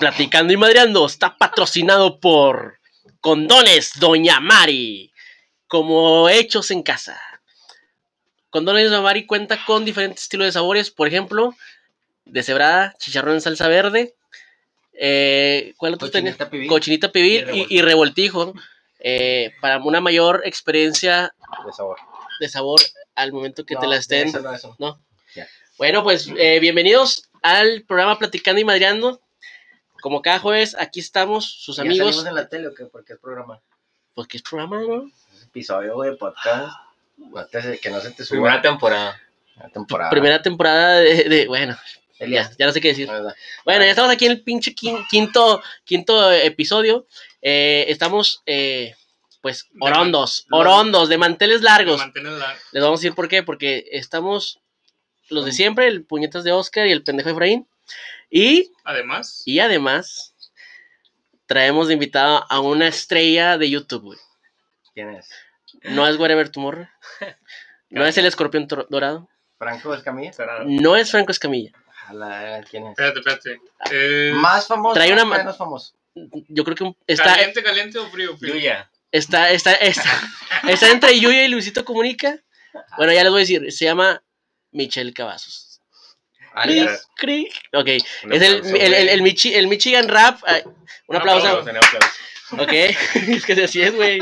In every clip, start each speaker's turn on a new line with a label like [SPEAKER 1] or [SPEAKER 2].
[SPEAKER 1] Platicando y Madreando está patrocinado por Condones Doña Mari, como hechos en casa. Condones Doña Mari cuenta con diferentes estilos de sabores, por ejemplo, deshebrada, chicharrón en salsa verde, eh, ¿cuál otro
[SPEAKER 2] Cochinita
[SPEAKER 1] tenía?
[SPEAKER 2] pibil.
[SPEAKER 1] Cochinita pibil
[SPEAKER 2] Y
[SPEAKER 1] y, y revoltijo. eh, para una mayor experiencia
[SPEAKER 3] de sabor.
[SPEAKER 1] de sabor al momento que
[SPEAKER 2] No,
[SPEAKER 1] te la estén.
[SPEAKER 2] eso no, eso.
[SPEAKER 1] Bueno, pues eh, bienvenidos al programa Platicando y Madreando. Como cada jueves, aquí estamos, sus
[SPEAKER 2] ¿Ya
[SPEAKER 1] amigos.
[SPEAKER 2] salimos en la tele o qué? Porque es programa.
[SPEAKER 1] Porque es programa, ¿no?
[SPEAKER 2] Es episodio de podcast. No te- que no se te suba
[SPEAKER 3] Primera temporada.
[SPEAKER 2] la temporada.
[SPEAKER 1] Primera temporada de. de- bueno, ya,
[SPEAKER 2] Elías.
[SPEAKER 1] ya no sé qué decir.
[SPEAKER 2] la verdad.
[SPEAKER 1] Bueno, ya estamos aquí en el pinche quin- quinto, quinto episodio. Eh, estamos, eh, pues,
[SPEAKER 4] De man-
[SPEAKER 1] orondos, orondos, de manteles largos.
[SPEAKER 4] Mantener la.
[SPEAKER 1] Les vamos a decir por qué, porque estamos los de siempre, el puñetas de Oscar y el pendejo Efraín. Y
[SPEAKER 4] Además,
[SPEAKER 1] Y además, traemos de invitado a una estrella de YouTube, güey.
[SPEAKER 2] ¿Quién es?
[SPEAKER 1] No es Wherever Tomorrow. No es el escorpión Tor- dorado.
[SPEAKER 2] ¿Franco Escamilla?
[SPEAKER 4] será.
[SPEAKER 1] No es Franco Escamilla.
[SPEAKER 2] Ojalá, ¿quién es?
[SPEAKER 4] Espérate, espérate. Eh,
[SPEAKER 2] Más famoso.
[SPEAKER 1] Trae una ma-
[SPEAKER 2] menos famoso.
[SPEAKER 1] Yo creo que un- está,
[SPEAKER 4] ¿Caliente, caliente o frío? frío?
[SPEAKER 3] Yuya.
[SPEAKER 1] está, está, está, está entre Yuya y Luisito Comunica. Bueno, ya les voy a decir. Se llama Michelle Cavazos.
[SPEAKER 2] Ah,
[SPEAKER 1] Cric,
[SPEAKER 3] Alias.
[SPEAKER 1] cric. Ok. Es el, el, el, el Michi- el Michigan Rap. Ay, Un aplauso. Ok. Es que así es, güey.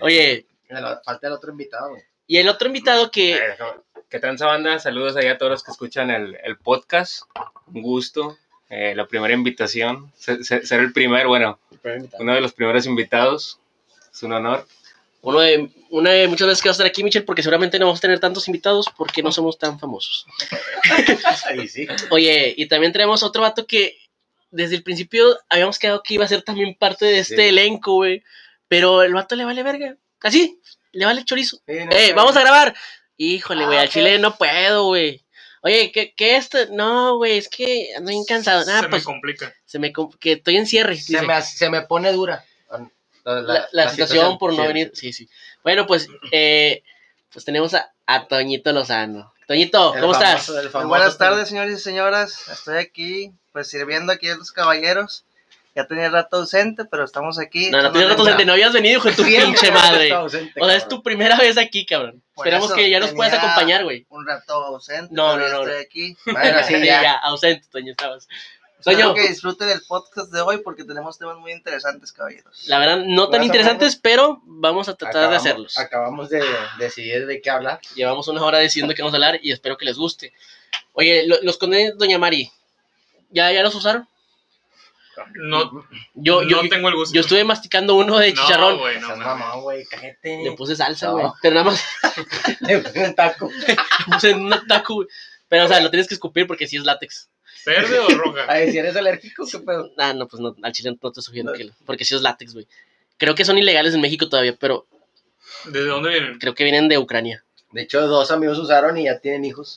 [SPEAKER 1] Oye,
[SPEAKER 2] Me lo- Falta el otro invitado, güey.
[SPEAKER 1] y el otro invitado que
[SPEAKER 3] ¿Qué tranza banda? Saludos ahí a todos los que escuchan el, el podcast. Un gusto. Eh, la primera invitación. Se- se- Ser el primer, bueno, uno de los primeros invitados. Es un honor.
[SPEAKER 1] Uno de, una de muchas veces que va a estar aquí, Michelle, porque seguramente no vamos a tener tantos invitados porque no somos tan famosos.
[SPEAKER 2] Ahí sí.
[SPEAKER 1] Oye, y también tenemos otro vato que desde el principio habíamos quedado que iba a ser también parte de este
[SPEAKER 2] Sí.
[SPEAKER 1] elenco, güey. Pero el vato le vale verga. Así, le vale chorizo.
[SPEAKER 2] Sí, no,
[SPEAKER 1] ¡Eh,
[SPEAKER 2] no,
[SPEAKER 1] vamos a
[SPEAKER 2] no.
[SPEAKER 1] grabar! Híjole, güey,
[SPEAKER 2] Ah,
[SPEAKER 1] al chile
[SPEAKER 2] pues.
[SPEAKER 1] no puedo, güey. Oye, ¿qué, qué esto? No, güey, es que ando bien cansado. Nada,
[SPEAKER 4] se
[SPEAKER 1] pues
[SPEAKER 4] me complica.
[SPEAKER 1] se me com- que estoy en cierre.
[SPEAKER 2] Se
[SPEAKER 1] dice.
[SPEAKER 2] me, hace- se me pone dura. La, la-
[SPEAKER 1] la, la situación, por no
[SPEAKER 2] sí.
[SPEAKER 1] venir. Sí, sí. Bueno, pues, eh, pues tenemos a, a Toñito Lozano. Toñito,
[SPEAKER 2] El
[SPEAKER 1] ¿cómo
[SPEAKER 2] famoso,
[SPEAKER 1] estás?
[SPEAKER 2] el
[SPEAKER 5] Muy
[SPEAKER 2] famoso
[SPEAKER 5] buenas
[SPEAKER 2] también.
[SPEAKER 5] tardes, señores y señoras. Estoy aquí, pues sirviendo aquí a los caballeros. Ya tenía rato ausente, pero estamos aquí.
[SPEAKER 1] No, no tienes
[SPEAKER 5] echándole
[SPEAKER 1] rato
[SPEAKER 5] ganas.
[SPEAKER 1] de no habías venido, hijo de tu
[SPEAKER 2] Siempre
[SPEAKER 1] pinche
[SPEAKER 2] has
[SPEAKER 1] madre.
[SPEAKER 2] estado ausente,
[SPEAKER 1] O sea, es
[SPEAKER 2] cabrón.
[SPEAKER 1] tu primera vez aquí, cabrón.
[SPEAKER 5] Por
[SPEAKER 1] Esperemos
[SPEAKER 5] eso
[SPEAKER 1] que ya nos puedas
[SPEAKER 5] tenía-
[SPEAKER 1] acompañar, güey.
[SPEAKER 5] Un rato ausente.
[SPEAKER 1] No, no,
[SPEAKER 5] pero ya
[SPEAKER 1] no,
[SPEAKER 5] Estoy aquí.
[SPEAKER 2] Bueno,
[SPEAKER 1] Sí,
[SPEAKER 2] sí,
[SPEAKER 1] ya.
[SPEAKER 2] ya.
[SPEAKER 1] ausente, Toño, estabas.
[SPEAKER 5] Espero
[SPEAKER 1] Toño,
[SPEAKER 5] que disfruten el podcast de hoy porque tenemos temas muy interesantes, caballeros.
[SPEAKER 1] la verdad, no tan
[SPEAKER 2] Más o
[SPEAKER 1] interesantes, pero vamos a tratar de hacerlos.
[SPEAKER 2] Acabamos de decidir de qué hablar.
[SPEAKER 1] Llevamos una hora diciendo que vamos a hablar y espero que les guste. Oye, lo- los condones, Doña Mari, ¿ya, ya los usaron?
[SPEAKER 4] No,
[SPEAKER 1] Yo, yo,
[SPEAKER 4] no tengo el gusto.
[SPEAKER 1] yo estuve masticando uno de chicharrón.
[SPEAKER 4] No, güey, no,
[SPEAKER 2] Seas
[SPEAKER 4] mames.
[SPEAKER 2] mamá, güey, cállate.
[SPEAKER 1] Le puse salsa,
[SPEAKER 2] No.
[SPEAKER 1] güey. Pero nada más
[SPEAKER 2] Le puse un taco.
[SPEAKER 1] le puse en un taco, güey. Pero, o sea, lo tienes que escupir porque sí es látex.
[SPEAKER 4] ¿Verde o roja?
[SPEAKER 2] A ver, si eres alérgico, qué pedo.
[SPEAKER 1] Ah, no, pues no, al chile no te sugiero que lo- Porque sí es látex, güey. Creo que son ilegales en México todavía, pero
[SPEAKER 4] ¿De dónde vienen?
[SPEAKER 1] creo que vienen de Ucrania.
[SPEAKER 2] De hecho, dos amigos usaron y ya tienen hijos.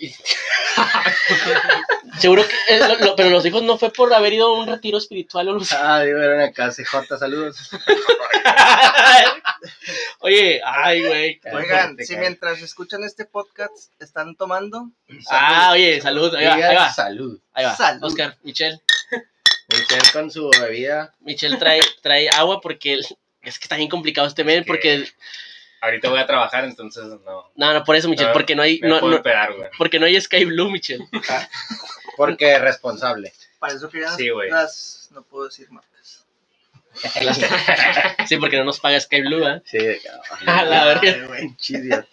[SPEAKER 1] Seguro que. eh, lo- lo- pero los hijos no fue por haber ido a un retiro espiritual o algo así.
[SPEAKER 2] Ah, digo, eran acá, CJ, saludos.
[SPEAKER 1] Oye, ay, güey.
[SPEAKER 5] Oigan,
[SPEAKER 2] Te
[SPEAKER 5] si
[SPEAKER 2] cae.
[SPEAKER 5] mientras escuchan este podcast están tomando,
[SPEAKER 1] Ah, oye, salud. Ahí va, ahí
[SPEAKER 2] Diga
[SPEAKER 1] va.
[SPEAKER 2] salud.
[SPEAKER 1] Ahí va.
[SPEAKER 5] Salud.
[SPEAKER 1] Oscar, Michelle.
[SPEAKER 2] Michelle con su bebida.
[SPEAKER 1] Michelle trae, trae agua porque el- es que está bien complicado este mes.
[SPEAKER 3] que-
[SPEAKER 1] Porque.
[SPEAKER 3] Ahorita voy a trabajar, entonces no.
[SPEAKER 1] No, no, por eso, Michelle.
[SPEAKER 3] No,
[SPEAKER 1] Porque no hay.
[SPEAKER 3] Ah, Me
[SPEAKER 1] No,
[SPEAKER 3] puedo
[SPEAKER 1] no-
[SPEAKER 3] empedar, güey.
[SPEAKER 1] porque no hay Sky Blue, Michelle.
[SPEAKER 2] Porque es responsable.
[SPEAKER 5] para eso que ya
[SPEAKER 3] Sí, güey.
[SPEAKER 5] las- no puedo decir marcas.
[SPEAKER 1] Sí, porque no nos paga Sky Blue, ¿eh? Ah,
[SPEAKER 2] Sí, ah,
[SPEAKER 1] A la verga.
[SPEAKER 2] chidio.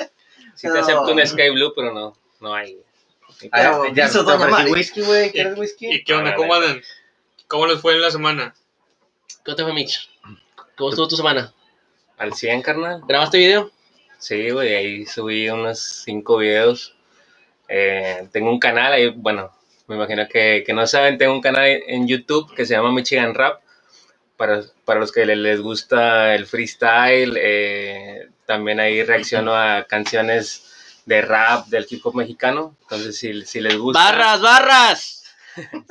[SPEAKER 3] Sí te acepto un Sky Blue, pero no. No hay, güey.
[SPEAKER 5] Pero,
[SPEAKER 2] Ah, Ya
[SPEAKER 5] hizo
[SPEAKER 2] te
[SPEAKER 5] Doña
[SPEAKER 2] ofrecí
[SPEAKER 5] Mari.
[SPEAKER 2] whisky, güey. ¿Quieres whisky?
[SPEAKER 4] ¿Y qué onda?
[SPEAKER 3] Ah,
[SPEAKER 4] ¿Cómo
[SPEAKER 3] vale.
[SPEAKER 4] andan? ¿Cómo les fue en la semana?
[SPEAKER 1] ¿Cómo te fue, Mitch? ¿Cómo estuvo tu semana?
[SPEAKER 3] Al 100, carnal.
[SPEAKER 1] ¿Grabaste video?
[SPEAKER 3] Sí, güey, ahí subí unos cinco videos. Eh, tengo un canal ahí, bueno, me imagino que, que no saben, tengo un canal en YouTube que se llama Michigan Rap. Para, para los que le- les gusta el freestyle, eh, también ahí reacciono a canciones de rap del hip hop mexicano. Entonces, si, si les gusta,
[SPEAKER 1] ¡Barras, barras!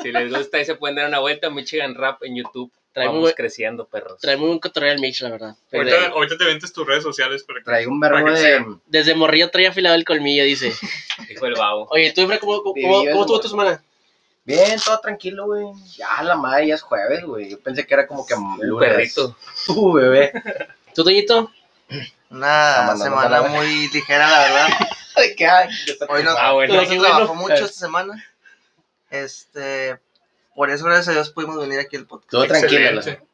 [SPEAKER 3] si les gusta, ahí se pueden dar una vuelta a Michigan Rap en YouTube.
[SPEAKER 1] Trae muy
[SPEAKER 3] Vamos
[SPEAKER 1] buen-
[SPEAKER 3] creciendo, perros.
[SPEAKER 1] Trae muy buen cotorreo el Mitch, la verdad.
[SPEAKER 4] Ahorita, ahorita te ventes tus redes sociales para que...
[SPEAKER 2] Traigo un verbo
[SPEAKER 4] Para que
[SPEAKER 2] de.
[SPEAKER 1] Desde morrillo traía afilado el colmillo, dice.
[SPEAKER 3] Dijo el babo.
[SPEAKER 1] Oye, tú, Efra, ¿cómo, cómo, cómo- cómo estuvo tu semana?
[SPEAKER 2] Bien, todo tranquilo, güey. Ya la madre, ya es jueves, güey. Yo pensé que era como que
[SPEAKER 3] Un
[SPEAKER 2] lunes.
[SPEAKER 3] perrito.
[SPEAKER 2] Uh, bebé.
[SPEAKER 1] ¿Tú, Toñito?
[SPEAKER 2] Está
[SPEAKER 5] Una
[SPEAKER 2] mandando
[SPEAKER 5] semana
[SPEAKER 2] para la-
[SPEAKER 5] muy ligera, la verdad.
[SPEAKER 2] Ay, qué ay, qué
[SPEAKER 5] Hoy no,
[SPEAKER 3] Ah, bueno,
[SPEAKER 5] no
[SPEAKER 3] qué
[SPEAKER 5] se
[SPEAKER 3] bueno.
[SPEAKER 5] trabajó mucho esta semana. Este, por eso, gracias a Dios, pudimos venir aquí al podcast.
[SPEAKER 2] Todo tranquilo, la-
[SPEAKER 4] Excelente.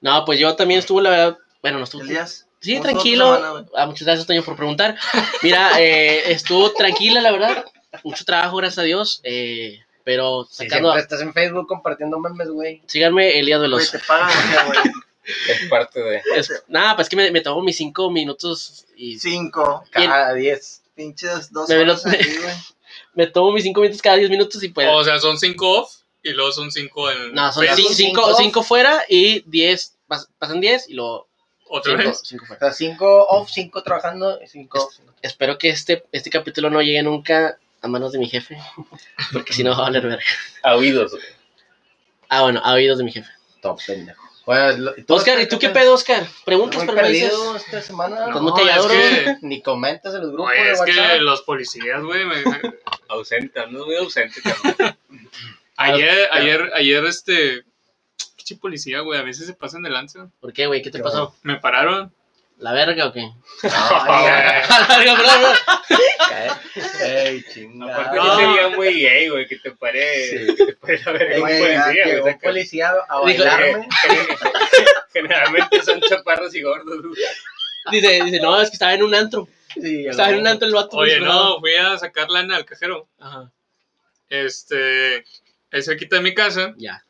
[SPEAKER 1] No, pues yo también estuve, la verdad. Bueno, no estuve.
[SPEAKER 5] Elías,
[SPEAKER 1] Sí,
[SPEAKER 5] ¿cómo estuvo tu
[SPEAKER 1] tranquilo.
[SPEAKER 5] semana, güey?
[SPEAKER 1] Ah, muchas gracias, Toño, por preguntar. Mira, eh, estuvo tranquila, la verdad. Mucho trabajo, gracias a Dios. eh, pero
[SPEAKER 2] Si
[SPEAKER 1] sacando.
[SPEAKER 2] siempre estás en Facebook compartiendo memes, güey.
[SPEAKER 1] Síganme Elías
[SPEAKER 5] Güey,
[SPEAKER 1] Veloz.
[SPEAKER 5] te pagan, o qué, güey.
[SPEAKER 3] Es parte de.
[SPEAKER 1] Es- nada, pues es que me, me tomó mis cinco minutos y
[SPEAKER 5] Cinco,
[SPEAKER 2] Cada 10.
[SPEAKER 5] pinches dos
[SPEAKER 1] Me
[SPEAKER 5] horas
[SPEAKER 1] velo-
[SPEAKER 5] aquí, güey.
[SPEAKER 1] me tomo mis cinco minutos cada diez minutos y pues.
[SPEAKER 4] O sea, son cinco off y luego son cinco en.
[SPEAKER 1] no, son
[SPEAKER 4] Facebook,
[SPEAKER 1] cinco, cinco,
[SPEAKER 2] cinco.
[SPEAKER 1] cinco fuera y diez. pas- pasan diez y luego
[SPEAKER 4] Otra
[SPEAKER 1] cinco,
[SPEAKER 4] vez.
[SPEAKER 1] cinco
[SPEAKER 2] O
[SPEAKER 1] fuera.
[SPEAKER 2] sea, 5 off, 5 trabajando, 5 off.
[SPEAKER 1] Espero que este, este capítulo no llegue nunca a manos de mi jefe. Porque si no va a valer verga.
[SPEAKER 3] A oídos, güey.
[SPEAKER 1] Ah, bueno, a oídos de mi jefe.
[SPEAKER 2] Top, pendejo. Bueno, Pues, lo-
[SPEAKER 1] Oscar, ¿y tú qué pedo, Oscar? Preguntas,
[SPEAKER 2] Muy
[SPEAKER 1] pero no dices.
[SPEAKER 2] perdido esta semana.
[SPEAKER 1] Estás muy
[SPEAKER 4] No,
[SPEAKER 1] callado,
[SPEAKER 4] es que,
[SPEAKER 2] Ni comentas en los grupos
[SPEAKER 4] Oye,
[SPEAKER 2] de
[SPEAKER 4] es que
[SPEAKER 2] WhatsApp.
[SPEAKER 4] los policías, güey, me- me-
[SPEAKER 3] Ausente, ando muy ausente, cabrón.
[SPEAKER 4] ayer, ayer, ayer, este, pinche policía, güey, a veces se pasan de lanza.
[SPEAKER 1] ¿Por qué, güey? ¿Qué te
[SPEAKER 2] Yo-
[SPEAKER 1] pasó?
[SPEAKER 4] Me pararon.
[SPEAKER 1] ¿La verga o qué?
[SPEAKER 2] Ay,
[SPEAKER 1] La verga, perdón, perdón.
[SPEAKER 2] güey. Ey, chingada.
[SPEAKER 3] Aparte, yo sería muy gay, güey, que te pare.
[SPEAKER 2] Sí.
[SPEAKER 3] Que te pare la verga un
[SPEAKER 2] Güey, ya
[SPEAKER 3] policía, güey.
[SPEAKER 2] llegó un
[SPEAKER 3] saca-
[SPEAKER 2] policía a
[SPEAKER 1] Dijo,
[SPEAKER 2] bailarme.
[SPEAKER 3] Generalmente son chaparros y gordos, güey.
[SPEAKER 1] Dice, dice, no, es que estaba en un antro.
[SPEAKER 2] Sí,
[SPEAKER 1] Estaba en un antro el vato.
[SPEAKER 4] Oye,
[SPEAKER 1] disfrazado.
[SPEAKER 4] no, fui a sacar lana al cajero.
[SPEAKER 1] Ajá,
[SPEAKER 4] Este, es cerquita de mi casa.
[SPEAKER 1] ya.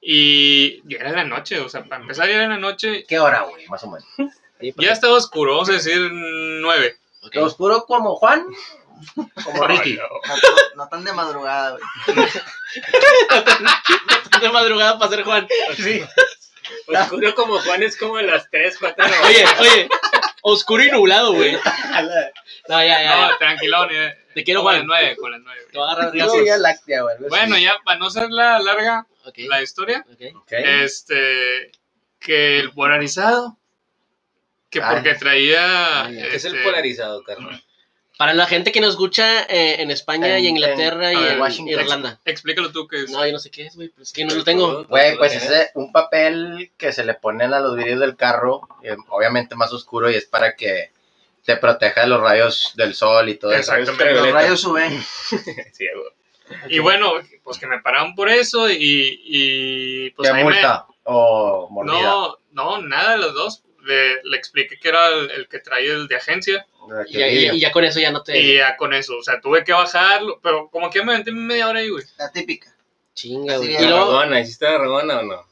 [SPEAKER 4] Y ya era en la noche, o sea, para empezar ya era en la noche.
[SPEAKER 2] ¿Qué hora, güey? Más o menos.
[SPEAKER 1] Sí,
[SPEAKER 4] Ya
[SPEAKER 1] perfecto.
[SPEAKER 4] estaba oscuro, vamos a decir nueve.
[SPEAKER 1] Ok.
[SPEAKER 2] Lo oscuro como Juan, como Ricky.
[SPEAKER 3] Ay, Ah, no.
[SPEAKER 5] No, tan- no tan de madrugada, güey.
[SPEAKER 1] de madrugada para ser Juan.
[SPEAKER 3] Sí. Oscuro como Juan es como a las 3, 4 de la
[SPEAKER 1] Oye, oye, oscuro y nublado, güey. No, ya, ya,
[SPEAKER 4] No,
[SPEAKER 1] ya.
[SPEAKER 4] tranquilón. eh.
[SPEAKER 1] Te quiero,
[SPEAKER 4] Con
[SPEAKER 1] Juan.
[SPEAKER 4] las nueve, con las nueve.
[SPEAKER 1] Te voy a agarrar
[SPEAKER 2] No, ya
[SPEAKER 1] gracias.
[SPEAKER 2] láctea, güey.
[SPEAKER 4] Bueno, ya, para no ser la larga
[SPEAKER 1] Ok,
[SPEAKER 4] la historia,
[SPEAKER 1] ok.
[SPEAKER 2] Ok.
[SPEAKER 4] eh, este, que el polarizado, que
[SPEAKER 2] Ah.
[SPEAKER 4] porque traía...
[SPEAKER 1] Ah, ya.
[SPEAKER 3] ¿Qué es el
[SPEAKER 4] este,
[SPEAKER 3] polarizado, carnal?
[SPEAKER 1] Para la gente que nos escucha eh, en España
[SPEAKER 2] En-
[SPEAKER 1] y en Inglaterra
[SPEAKER 4] en-
[SPEAKER 1] y
[SPEAKER 4] a ver,
[SPEAKER 1] en
[SPEAKER 2] Washington.
[SPEAKER 1] Irlanda.
[SPEAKER 4] Explícalo tú que es.
[SPEAKER 1] No, yo no sé qué es, güey, pero es que no lo tengo.
[SPEAKER 2] Güey, pues
[SPEAKER 3] ¿Tú lo
[SPEAKER 2] es
[SPEAKER 3] tienes?
[SPEAKER 2] eh, un papel que se le ponen a los vidrios del carro, eh, obviamente más oscuro, y es para que te proteja de los rayos del sol y todo eso.
[SPEAKER 4] Exacto.
[SPEAKER 5] Los
[SPEAKER 3] Ultravioleta.
[SPEAKER 5] rayos suben.
[SPEAKER 3] ¿eh? Sí, güey.
[SPEAKER 4] Y bueno, pues que me pararon por eso y, y pues
[SPEAKER 2] ¿Qué
[SPEAKER 4] ahí me-
[SPEAKER 2] multa o mordida?
[SPEAKER 4] No, no, nada de los dos. Le, le expliqué que era el, el que traía el de agencia
[SPEAKER 2] De
[SPEAKER 1] Y ya, y ya- y ya con eso ya no
[SPEAKER 4] y
[SPEAKER 1] te
[SPEAKER 4] ya con eso, o sea, tuve que bajarlo, pero como que me aventé media hora ahí, güey.
[SPEAKER 5] La típica.
[SPEAKER 1] chinga,
[SPEAKER 5] Así
[SPEAKER 1] güey.
[SPEAKER 5] es.
[SPEAKER 1] Y luego,
[SPEAKER 3] ¿Rogona? ¿Hiciste la rogona o no?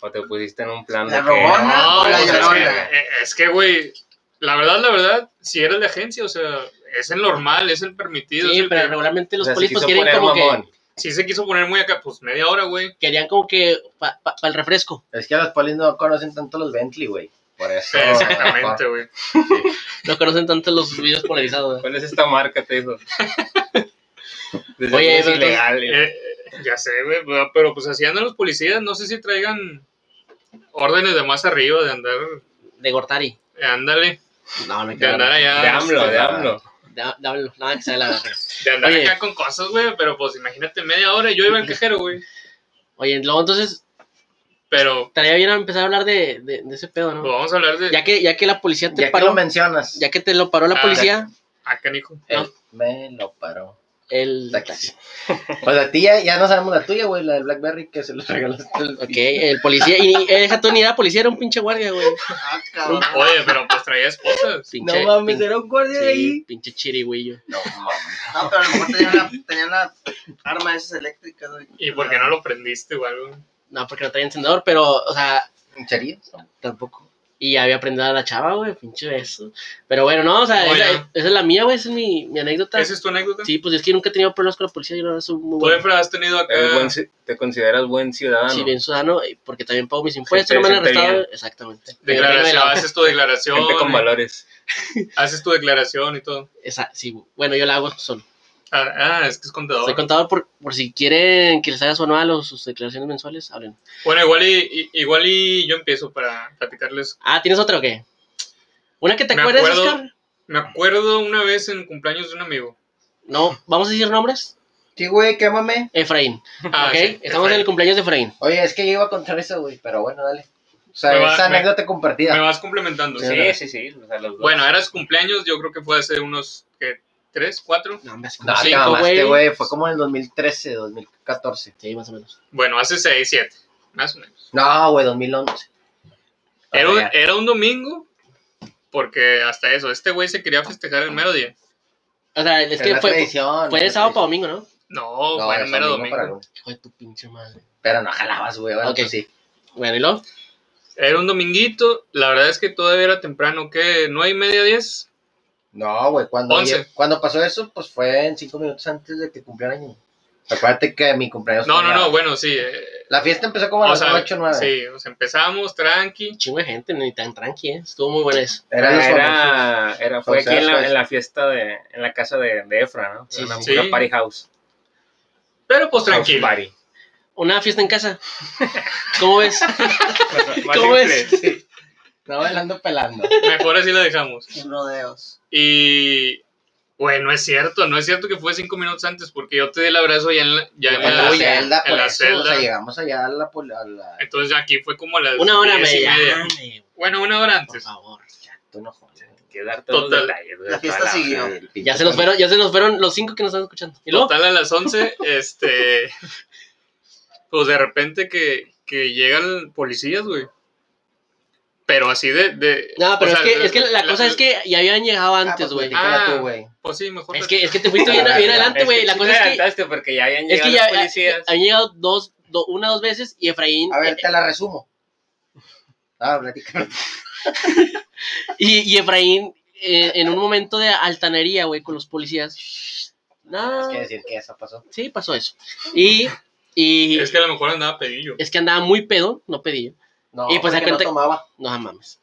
[SPEAKER 3] ¿O te pusiste en un plan
[SPEAKER 5] La
[SPEAKER 3] de
[SPEAKER 5] rogona.
[SPEAKER 3] que...
[SPEAKER 4] No,
[SPEAKER 5] Ah,
[SPEAKER 4] o
[SPEAKER 5] la
[SPEAKER 4] sea, es,
[SPEAKER 5] llorona.
[SPEAKER 4] que, eh, es que, güey, la verdad, la verdad, si eres de agencia, o sea, es el normal, es el permitido. es
[SPEAKER 1] sí,
[SPEAKER 4] el
[SPEAKER 1] pero
[SPEAKER 4] que-
[SPEAKER 1] regularmente
[SPEAKER 3] O
[SPEAKER 1] los
[SPEAKER 3] sea, se
[SPEAKER 1] polipos
[SPEAKER 3] quiso
[SPEAKER 1] quieren
[SPEAKER 3] poner
[SPEAKER 1] como que
[SPEAKER 3] mamón.
[SPEAKER 4] si se quiso poner muy acá, pues media hora, güey.
[SPEAKER 1] querían como que para el refresco.
[SPEAKER 2] Es que a los polis no conocen tanto los Bentley, güey. Por eso.
[SPEAKER 4] Exactamente, güey.
[SPEAKER 1] No conocen tanto los videos polarizados. güey.
[SPEAKER 3] ¿Cuál es esta marca, te dijo? Desde
[SPEAKER 1] Oye,
[SPEAKER 3] luego es
[SPEAKER 1] pero entonces-
[SPEAKER 3] ilegal. eh.
[SPEAKER 4] Eh, ya sé, güey, pero- pero pues así andan los policías, no sé si traigan órdenes de más arriba, de andar,
[SPEAKER 1] De Gortari.
[SPEAKER 4] eh, ándale,
[SPEAKER 1] No, no hay que
[SPEAKER 4] de este, andar
[SPEAKER 1] hablar.
[SPEAKER 4] allá.
[SPEAKER 3] De AMLO, de
[SPEAKER 2] ah,
[SPEAKER 3] AMLO.
[SPEAKER 1] Da- dámelo, Nada que sea la verga.
[SPEAKER 4] De andar
[SPEAKER 1] Oye.
[SPEAKER 4] acá con cosas, güey, pero pues imagínate media hora, yo iba al cajero, güey.
[SPEAKER 1] Oye, luego entonces
[SPEAKER 4] Pero
[SPEAKER 1] estaría bien empezar a hablar de, de- de ese pedo,
[SPEAKER 4] pues,
[SPEAKER 1] ¿no?
[SPEAKER 4] vamos a hablar de
[SPEAKER 1] Ya que, ya que la policía te
[SPEAKER 2] Ya que
[SPEAKER 1] paró,
[SPEAKER 2] lo mencionas.
[SPEAKER 1] ya que te lo paró la
[SPEAKER 4] Ah,
[SPEAKER 1] policía,
[SPEAKER 4] acá, Nico.
[SPEAKER 2] Él me lo paró.
[SPEAKER 1] el
[SPEAKER 2] Taxi. Pues a ti ya, ya no sabemos la tuya, güey, la del Blackberry que se los regalaste. al-
[SPEAKER 1] Ok, el policía, y y deja tú ni era policía, era un pinche guardia, güey.
[SPEAKER 5] Ah, cabrón.
[SPEAKER 4] Oye, pero pues traía esposas.
[SPEAKER 1] Pinche,
[SPEAKER 2] No mames,
[SPEAKER 1] pin-
[SPEAKER 2] era un guardia de
[SPEAKER 1] sí,
[SPEAKER 2] ahí.
[SPEAKER 1] pinche chirigüillo.
[SPEAKER 2] No mames.
[SPEAKER 5] No, pero a lo mejor tenía una, tenía una arma de esas eléctricas, güey.
[SPEAKER 4] ¿Y por qué no lo prendiste o algo?
[SPEAKER 1] No, porque no traía encendedor, pero, o sea,
[SPEAKER 2] ¿En serio?
[SPEAKER 1] tampoco. Y ya había aprendido a la chava, güey, pinche eso. Pero bueno, no, o sea,
[SPEAKER 4] Oye.
[SPEAKER 1] esa, esa es la mía, güey, esa es mi, mi anécdota.
[SPEAKER 4] ¿Esa es tu anécdota?
[SPEAKER 1] Sí, pues es que nunca he tenido problemas con la policía, yo no soy muy
[SPEAKER 4] ¿Tú
[SPEAKER 1] bueno.
[SPEAKER 4] Efra, has tenido acá?
[SPEAKER 3] Eres buen ci- ¿Te consideras buen ciudadano?
[SPEAKER 1] Sí, bien ciudadano, eh, porque también pago mis impuestos, no
[SPEAKER 3] Gente
[SPEAKER 1] me han
[SPEAKER 3] decente,
[SPEAKER 1] arrestado.
[SPEAKER 3] bien.
[SPEAKER 1] Exactamente.
[SPEAKER 4] Declaración, haces tu declaración.
[SPEAKER 3] Gente con
[SPEAKER 4] y-
[SPEAKER 3] valores.
[SPEAKER 4] Haces tu declaración y todo.
[SPEAKER 1] Esa- sí, bueno, yo la hago solo.
[SPEAKER 4] Ah, ah, es que es contador.
[SPEAKER 1] Soy contador por, por si quieren que les haga su anual o sus declaraciones mensuales, hablen.
[SPEAKER 4] Bueno, igual y, y- igual y yo empiezo para platicarles.
[SPEAKER 1] Ah, ¿tienes otra o qué? ¿Una que te
[SPEAKER 4] Me
[SPEAKER 1] acuerdes,
[SPEAKER 4] acuerdo-
[SPEAKER 1] Oscar?
[SPEAKER 4] Me acuerdo una vez en cumpleaños de un amigo.
[SPEAKER 1] No, ¿vamos a decir nombres?
[SPEAKER 2] Sí, güey, quémame.
[SPEAKER 1] Efraín.
[SPEAKER 4] Ah,
[SPEAKER 1] ok,
[SPEAKER 4] sí,
[SPEAKER 1] estamos en el cumpleaños de Efraín.
[SPEAKER 2] Oye, es que yo iba a contar eso, güey, pero bueno, dale. O sea,
[SPEAKER 4] Me va-
[SPEAKER 2] esa
[SPEAKER 4] me-
[SPEAKER 2] anécdota compartida.
[SPEAKER 4] Me vas complementando.
[SPEAKER 3] Sí,
[SPEAKER 4] sí.
[SPEAKER 3] sí, sí. o sea, los dos.
[SPEAKER 4] Bueno, eras cumpleaños, yo creo que fue hace unos, ¿qué? ¿Tres? ¿Cuatro?
[SPEAKER 1] No, hombre, hace como
[SPEAKER 2] No, te
[SPEAKER 1] cinco,
[SPEAKER 2] mamaste, güey. Fue como en el 2013, 2014.
[SPEAKER 1] Sí, más o menos.
[SPEAKER 4] Bueno, hace seis, siete, más o menos.
[SPEAKER 2] No, güey, 2011.
[SPEAKER 4] Era, un-
[SPEAKER 2] O sea,
[SPEAKER 4] era un domingo, porque hasta eso, este güey se quería festejar el mero día.
[SPEAKER 1] O sea, es
[SPEAKER 2] era
[SPEAKER 1] que
[SPEAKER 2] la
[SPEAKER 1] fue,
[SPEAKER 2] tradición,
[SPEAKER 1] fue
[SPEAKER 2] era
[SPEAKER 1] de
[SPEAKER 2] la
[SPEAKER 1] sábado para
[SPEAKER 2] tradición.
[SPEAKER 1] domingo, ¿no?
[SPEAKER 4] No,
[SPEAKER 2] No,
[SPEAKER 4] fue
[SPEAKER 2] era
[SPEAKER 4] el mero
[SPEAKER 2] domingo para
[SPEAKER 4] domingo.
[SPEAKER 2] domingo.
[SPEAKER 1] Hijo de tu pinche madre.
[SPEAKER 2] Pero no jalabas, güey. Bueno,
[SPEAKER 1] Ok.
[SPEAKER 2] tú sí.
[SPEAKER 1] Bueno, ¿y luego?
[SPEAKER 4] Era un dominguito, la verdad es que todavía era temprano, ¿qué? ¿No hay media diez?
[SPEAKER 2] No, güey, cuando,
[SPEAKER 4] Once.
[SPEAKER 2] oye, cuando pasó eso, pues fue en cinco minutos antes de que cumpliera año. Acuérdate que mi cumpleaños
[SPEAKER 4] No,
[SPEAKER 2] fue
[SPEAKER 4] no,
[SPEAKER 2] la-
[SPEAKER 4] no, bueno, sí. eh,
[SPEAKER 2] La fiesta empezó como a
[SPEAKER 4] o
[SPEAKER 2] las
[SPEAKER 4] sea,
[SPEAKER 2] 8 o 9.
[SPEAKER 4] sí, o sea, empezamos tranqui.
[SPEAKER 1] Chingo de gente, ni tan tranqui, ¿eh? Estuvo muy buena eso.
[SPEAKER 2] Era, los famosos.
[SPEAKER 3] era, era- fue
[SPEAKER 2] Famosos.
[SPEAKER 3] aquí en la, en la fiesta de, en la casa de, de Efra, ¿no?
[SPEAKER 1] Sí,
[SPEAKER 3] una,
[SPEAKER 4] sí.
[SPEAKER 3] una party house.
[SPEAKER 4] Pero pues
[SPEAKER 3] House
[SPEAKER 4] tranquilo.
[SPEAKER 3] party.
[SPEAKER 1] Una fiesta en casa. ¿Cómo ves? ¿Cómo
[SPEAKER 4] Más
[SPEAKER 1] ves?
[SPEAKER 4] simple.
[SPEAKER 2] No, bailando pelando.
[SPEAKER 4] Mejor así la dejamos.
[SPEAKER 5] sin rodeos.
[SPEAKER 4] Y, güey, no es cierto, no es cierto que fue cinco minutos antes, porque yo te di el abrazo ya en la, ya en
[SPEAKER 2] Pues,
[SPEAKER 4] la,
[SPEAKER 2] güey, Zelda,
[SPEAKER 4] en
[SPEAKER 2] por
[SPEAKER 4] la
[SPEAKER 2] eso,
[SPEAKER 4] celda.
[SPEAKER 2] O sea, llegamos allá a la... pol- A la...
[SPEAKER 4] Entonces ya aquí fue como a las
[SPEAKER 1] Una hora
[SPEAKER 4] diez y
[SPEAKER 1] media.
[SPEAKER 4] media.
[SPEAKER 1] Ándale,
[SPEAKER 4] Bueno, una hora
[SPEAKER 1] Por
[SPEAKER 4] antes.
[SPEAKER 1] favor.
[SPEAKER 2] Tú no jodas.
[SPEAKER 3] Que dar todos los
[SPEAKER 4] Total.
[SPEAKER 3] detalles, güey,
[SPEAKER 5] La fiesta
[SPEAKER 3] toda
[SPEAKER 5] siguió.
[SPEAKER 2] El pinche
[SPEAKER 1] Ya se nos fueron, ya se nos fueron los cinco que nos están escuchando. ¿Y luego?
[SPEAKER 4] Total, a las 11, este. Pues de repente que, que llegan policías, güey. Pero así de. de
[SPEAKER 1] No, pero
[SPEAKER 4] o
[SPEAKER 1] es,
[SPEAKER 4] sea,
[SPEAKER 1] que, es que la, cosa es que ya habían llegado
[SPEAKER 2] Ah,
[SPEAKER 1] antes,
[SPEAKER 2] pues,
[SPEAKER 1] güey.
[SPEAKER 2] platícala
[SPEAKER 4] Ah.
[SPEAKER 2] tú, güey.
[SPEAKER 4] Pues sí, mejor.
[SPEAKER 1] es, que, es que te fuiste bien,
[SPEAKER 2] pues,
[SPEAKER 1] bien adelante, güey. La
[SPEAKER 3] sí
[SPEAKER 1] cosa
[SPEAKER 3] te
[SPEAKER 1] es que,
[SPEAKER 3] adelantaste porque ya habían
[SPEAKER 1] es
[SPEAKER 3] llegado
[SPEAKER 1] que ya
[SPEAKER 3] los policías.
[SPEAKER 1] habían llegado dos, do- una dos veces y Efraín.
[SPEAKER 2] pues. A ver, te la resumo. Ah, platícame.
[SPEAKER 1] Y, y Efraín, eh, en un momento de altanería, güey, con los policías.
[SPEAKER 2] Es
[SPEAKER 1] No,
[SPEAKER 2] que decir que eso pasó.
[SPEAKER 1] sí, pasó eso. Y, y
[SPEAKER 4] es que a lo mejor andaba pedillo.
[SPEAKER 1] es que andaba muy pedo, no pedí
[SPEAKER 2] No,
[SPEAKER 1] Y, pues,
[SPEAKER 2] porque
[SPEAKER 1] da cuenta-
[SPEAKER 2] no tomaba.
[SPEAKER 1] No ah, mames.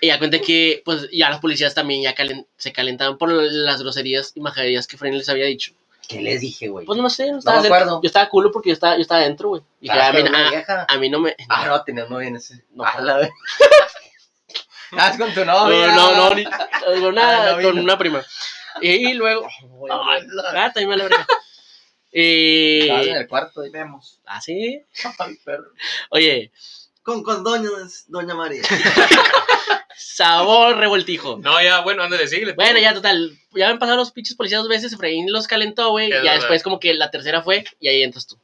[SPEAKER 1] Y ya cuenta que, pues, ya los policías también ya calen- se calentaban por las groserías y majaderías que Efraín les había dicho.
[SPEAKER 2] ¿Qué les dije, güey?
[SPEAKER 1] Pues no sé, no estaba
[SPEAKER 2] me
[SPEAKER 1] cerca.
[SPEAKER 2] acuerdo. Ah,
[SPEAKER 1] Yo estaba culo porque yo estaba, yo estaba adentro, güey. Y dije,
[SPEAKER 2] Estabas
[SPEAKER 1] a mí,
[SPEAKER 2] con una
[SPEAKER 1] a-
[SPEAKER 2] vieja.
[SPEAKER 1] a mí no me.
[SPEAKER 2] Ah, no, tenías novia en ese.
[SPEAKER 1] No.
[SPEAKER 2] Ah, la ve- Estabas con tu
[SPEAKER 1] No,
[SPEAKER 2] novia.
[SPEAKER 1] no, no, ni- con una,
[SPEAKER 2] Ah, no
[SPEAKER 1] con
[SPEAKER 2] vino.
[SPEAKER 1] una prima. Y luego.
[SPEAKER 2] Ah, la-
[SPEAKER 1] Ah, también me la verga. Eh,
[SPEAKER 2] Estabas en el cuarto. y-
[SPEAKER 5] Vemos.
[SPEAKER 1] ¿Ah, sí?
[SPEAKER 2] Ay, perro.
[SPEAKER 1] Oye,
[SPEAKER 5] Con, con doña, doña María.
[SPEAKER 1] sabor revoltijo.
[SPEAKER 4] No, ya, bueno, ándale, síguele. pues. tú.
[SPEAKER 1] Bueno, ya total, ya han pasado los pinches policías dos veces, Efraín los calentó, güey.
[SPEAKER 4] Es
[SPEAKER 1] Ya
[SPEAKER 4] verdad.
[SPEAKER 1] después como que la tercera fue y ahí entras tú.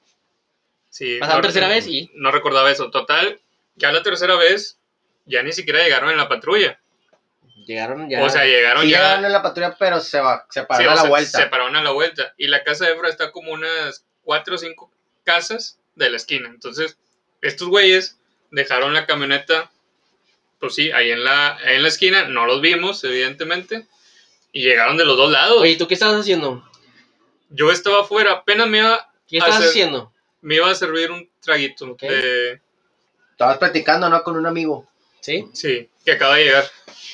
[SPEAKER 4] Sí,
[SPEAKER 1] Pasaron
[SPEAKER 4] no-
[SPEAKER 1] tercera vez y...
[SPEAKER 4] No recordaba eso. Total, ya la tercera vez ya ni siquiera llegaron en la patrulla.
[SPEAKER 1] Llegaron ya...
[SPEAKER 4] O sea, llegaron
[SPEAKER 2] Sí,
[SPEAKER 4] ya.
[SPEAKER 2] llegaron en la patrulla, pero se, va, se
[SPEAKER 4] Sí,
[SPEAKER 2] pararon
[SPEAKER 4] o
[SPEAKER 2] a la
[SPEAKER 4] sea,
[SPEAKER 2] vuelta.
[SPEAKER 4] Se pararon a la vuelta. Y la casa de Efra está como unas cuatro o cinco casas de la esquina. Entonces, estos güeyes dejaron la camioneta, pues sí, ahí en la, ahí en la esquina. No los vimos, evidentemente. Y llegaron de los dos lados.
[SPEAKER 1] Oye, ¿tú qué estabas haciendo?
[SPEAKER 4] Yo estaba afuera, apenas me iba,
[SPEAKER 1] ¿Qué estabas
[SPEAKER 4] Hacer-
[SPEAKER 1] haciendo?
[SPEAKER 4] me iba a servir un traguito.
[SPEAKER 1] Ok.
[SPEAKER 4] de-
[SPEAKER 2] Estabas platicando, ¿no? Con un amigo
[SPEAKER 1] ¿Sí?
[SPEAKER 4] sí, que acaba de llegar.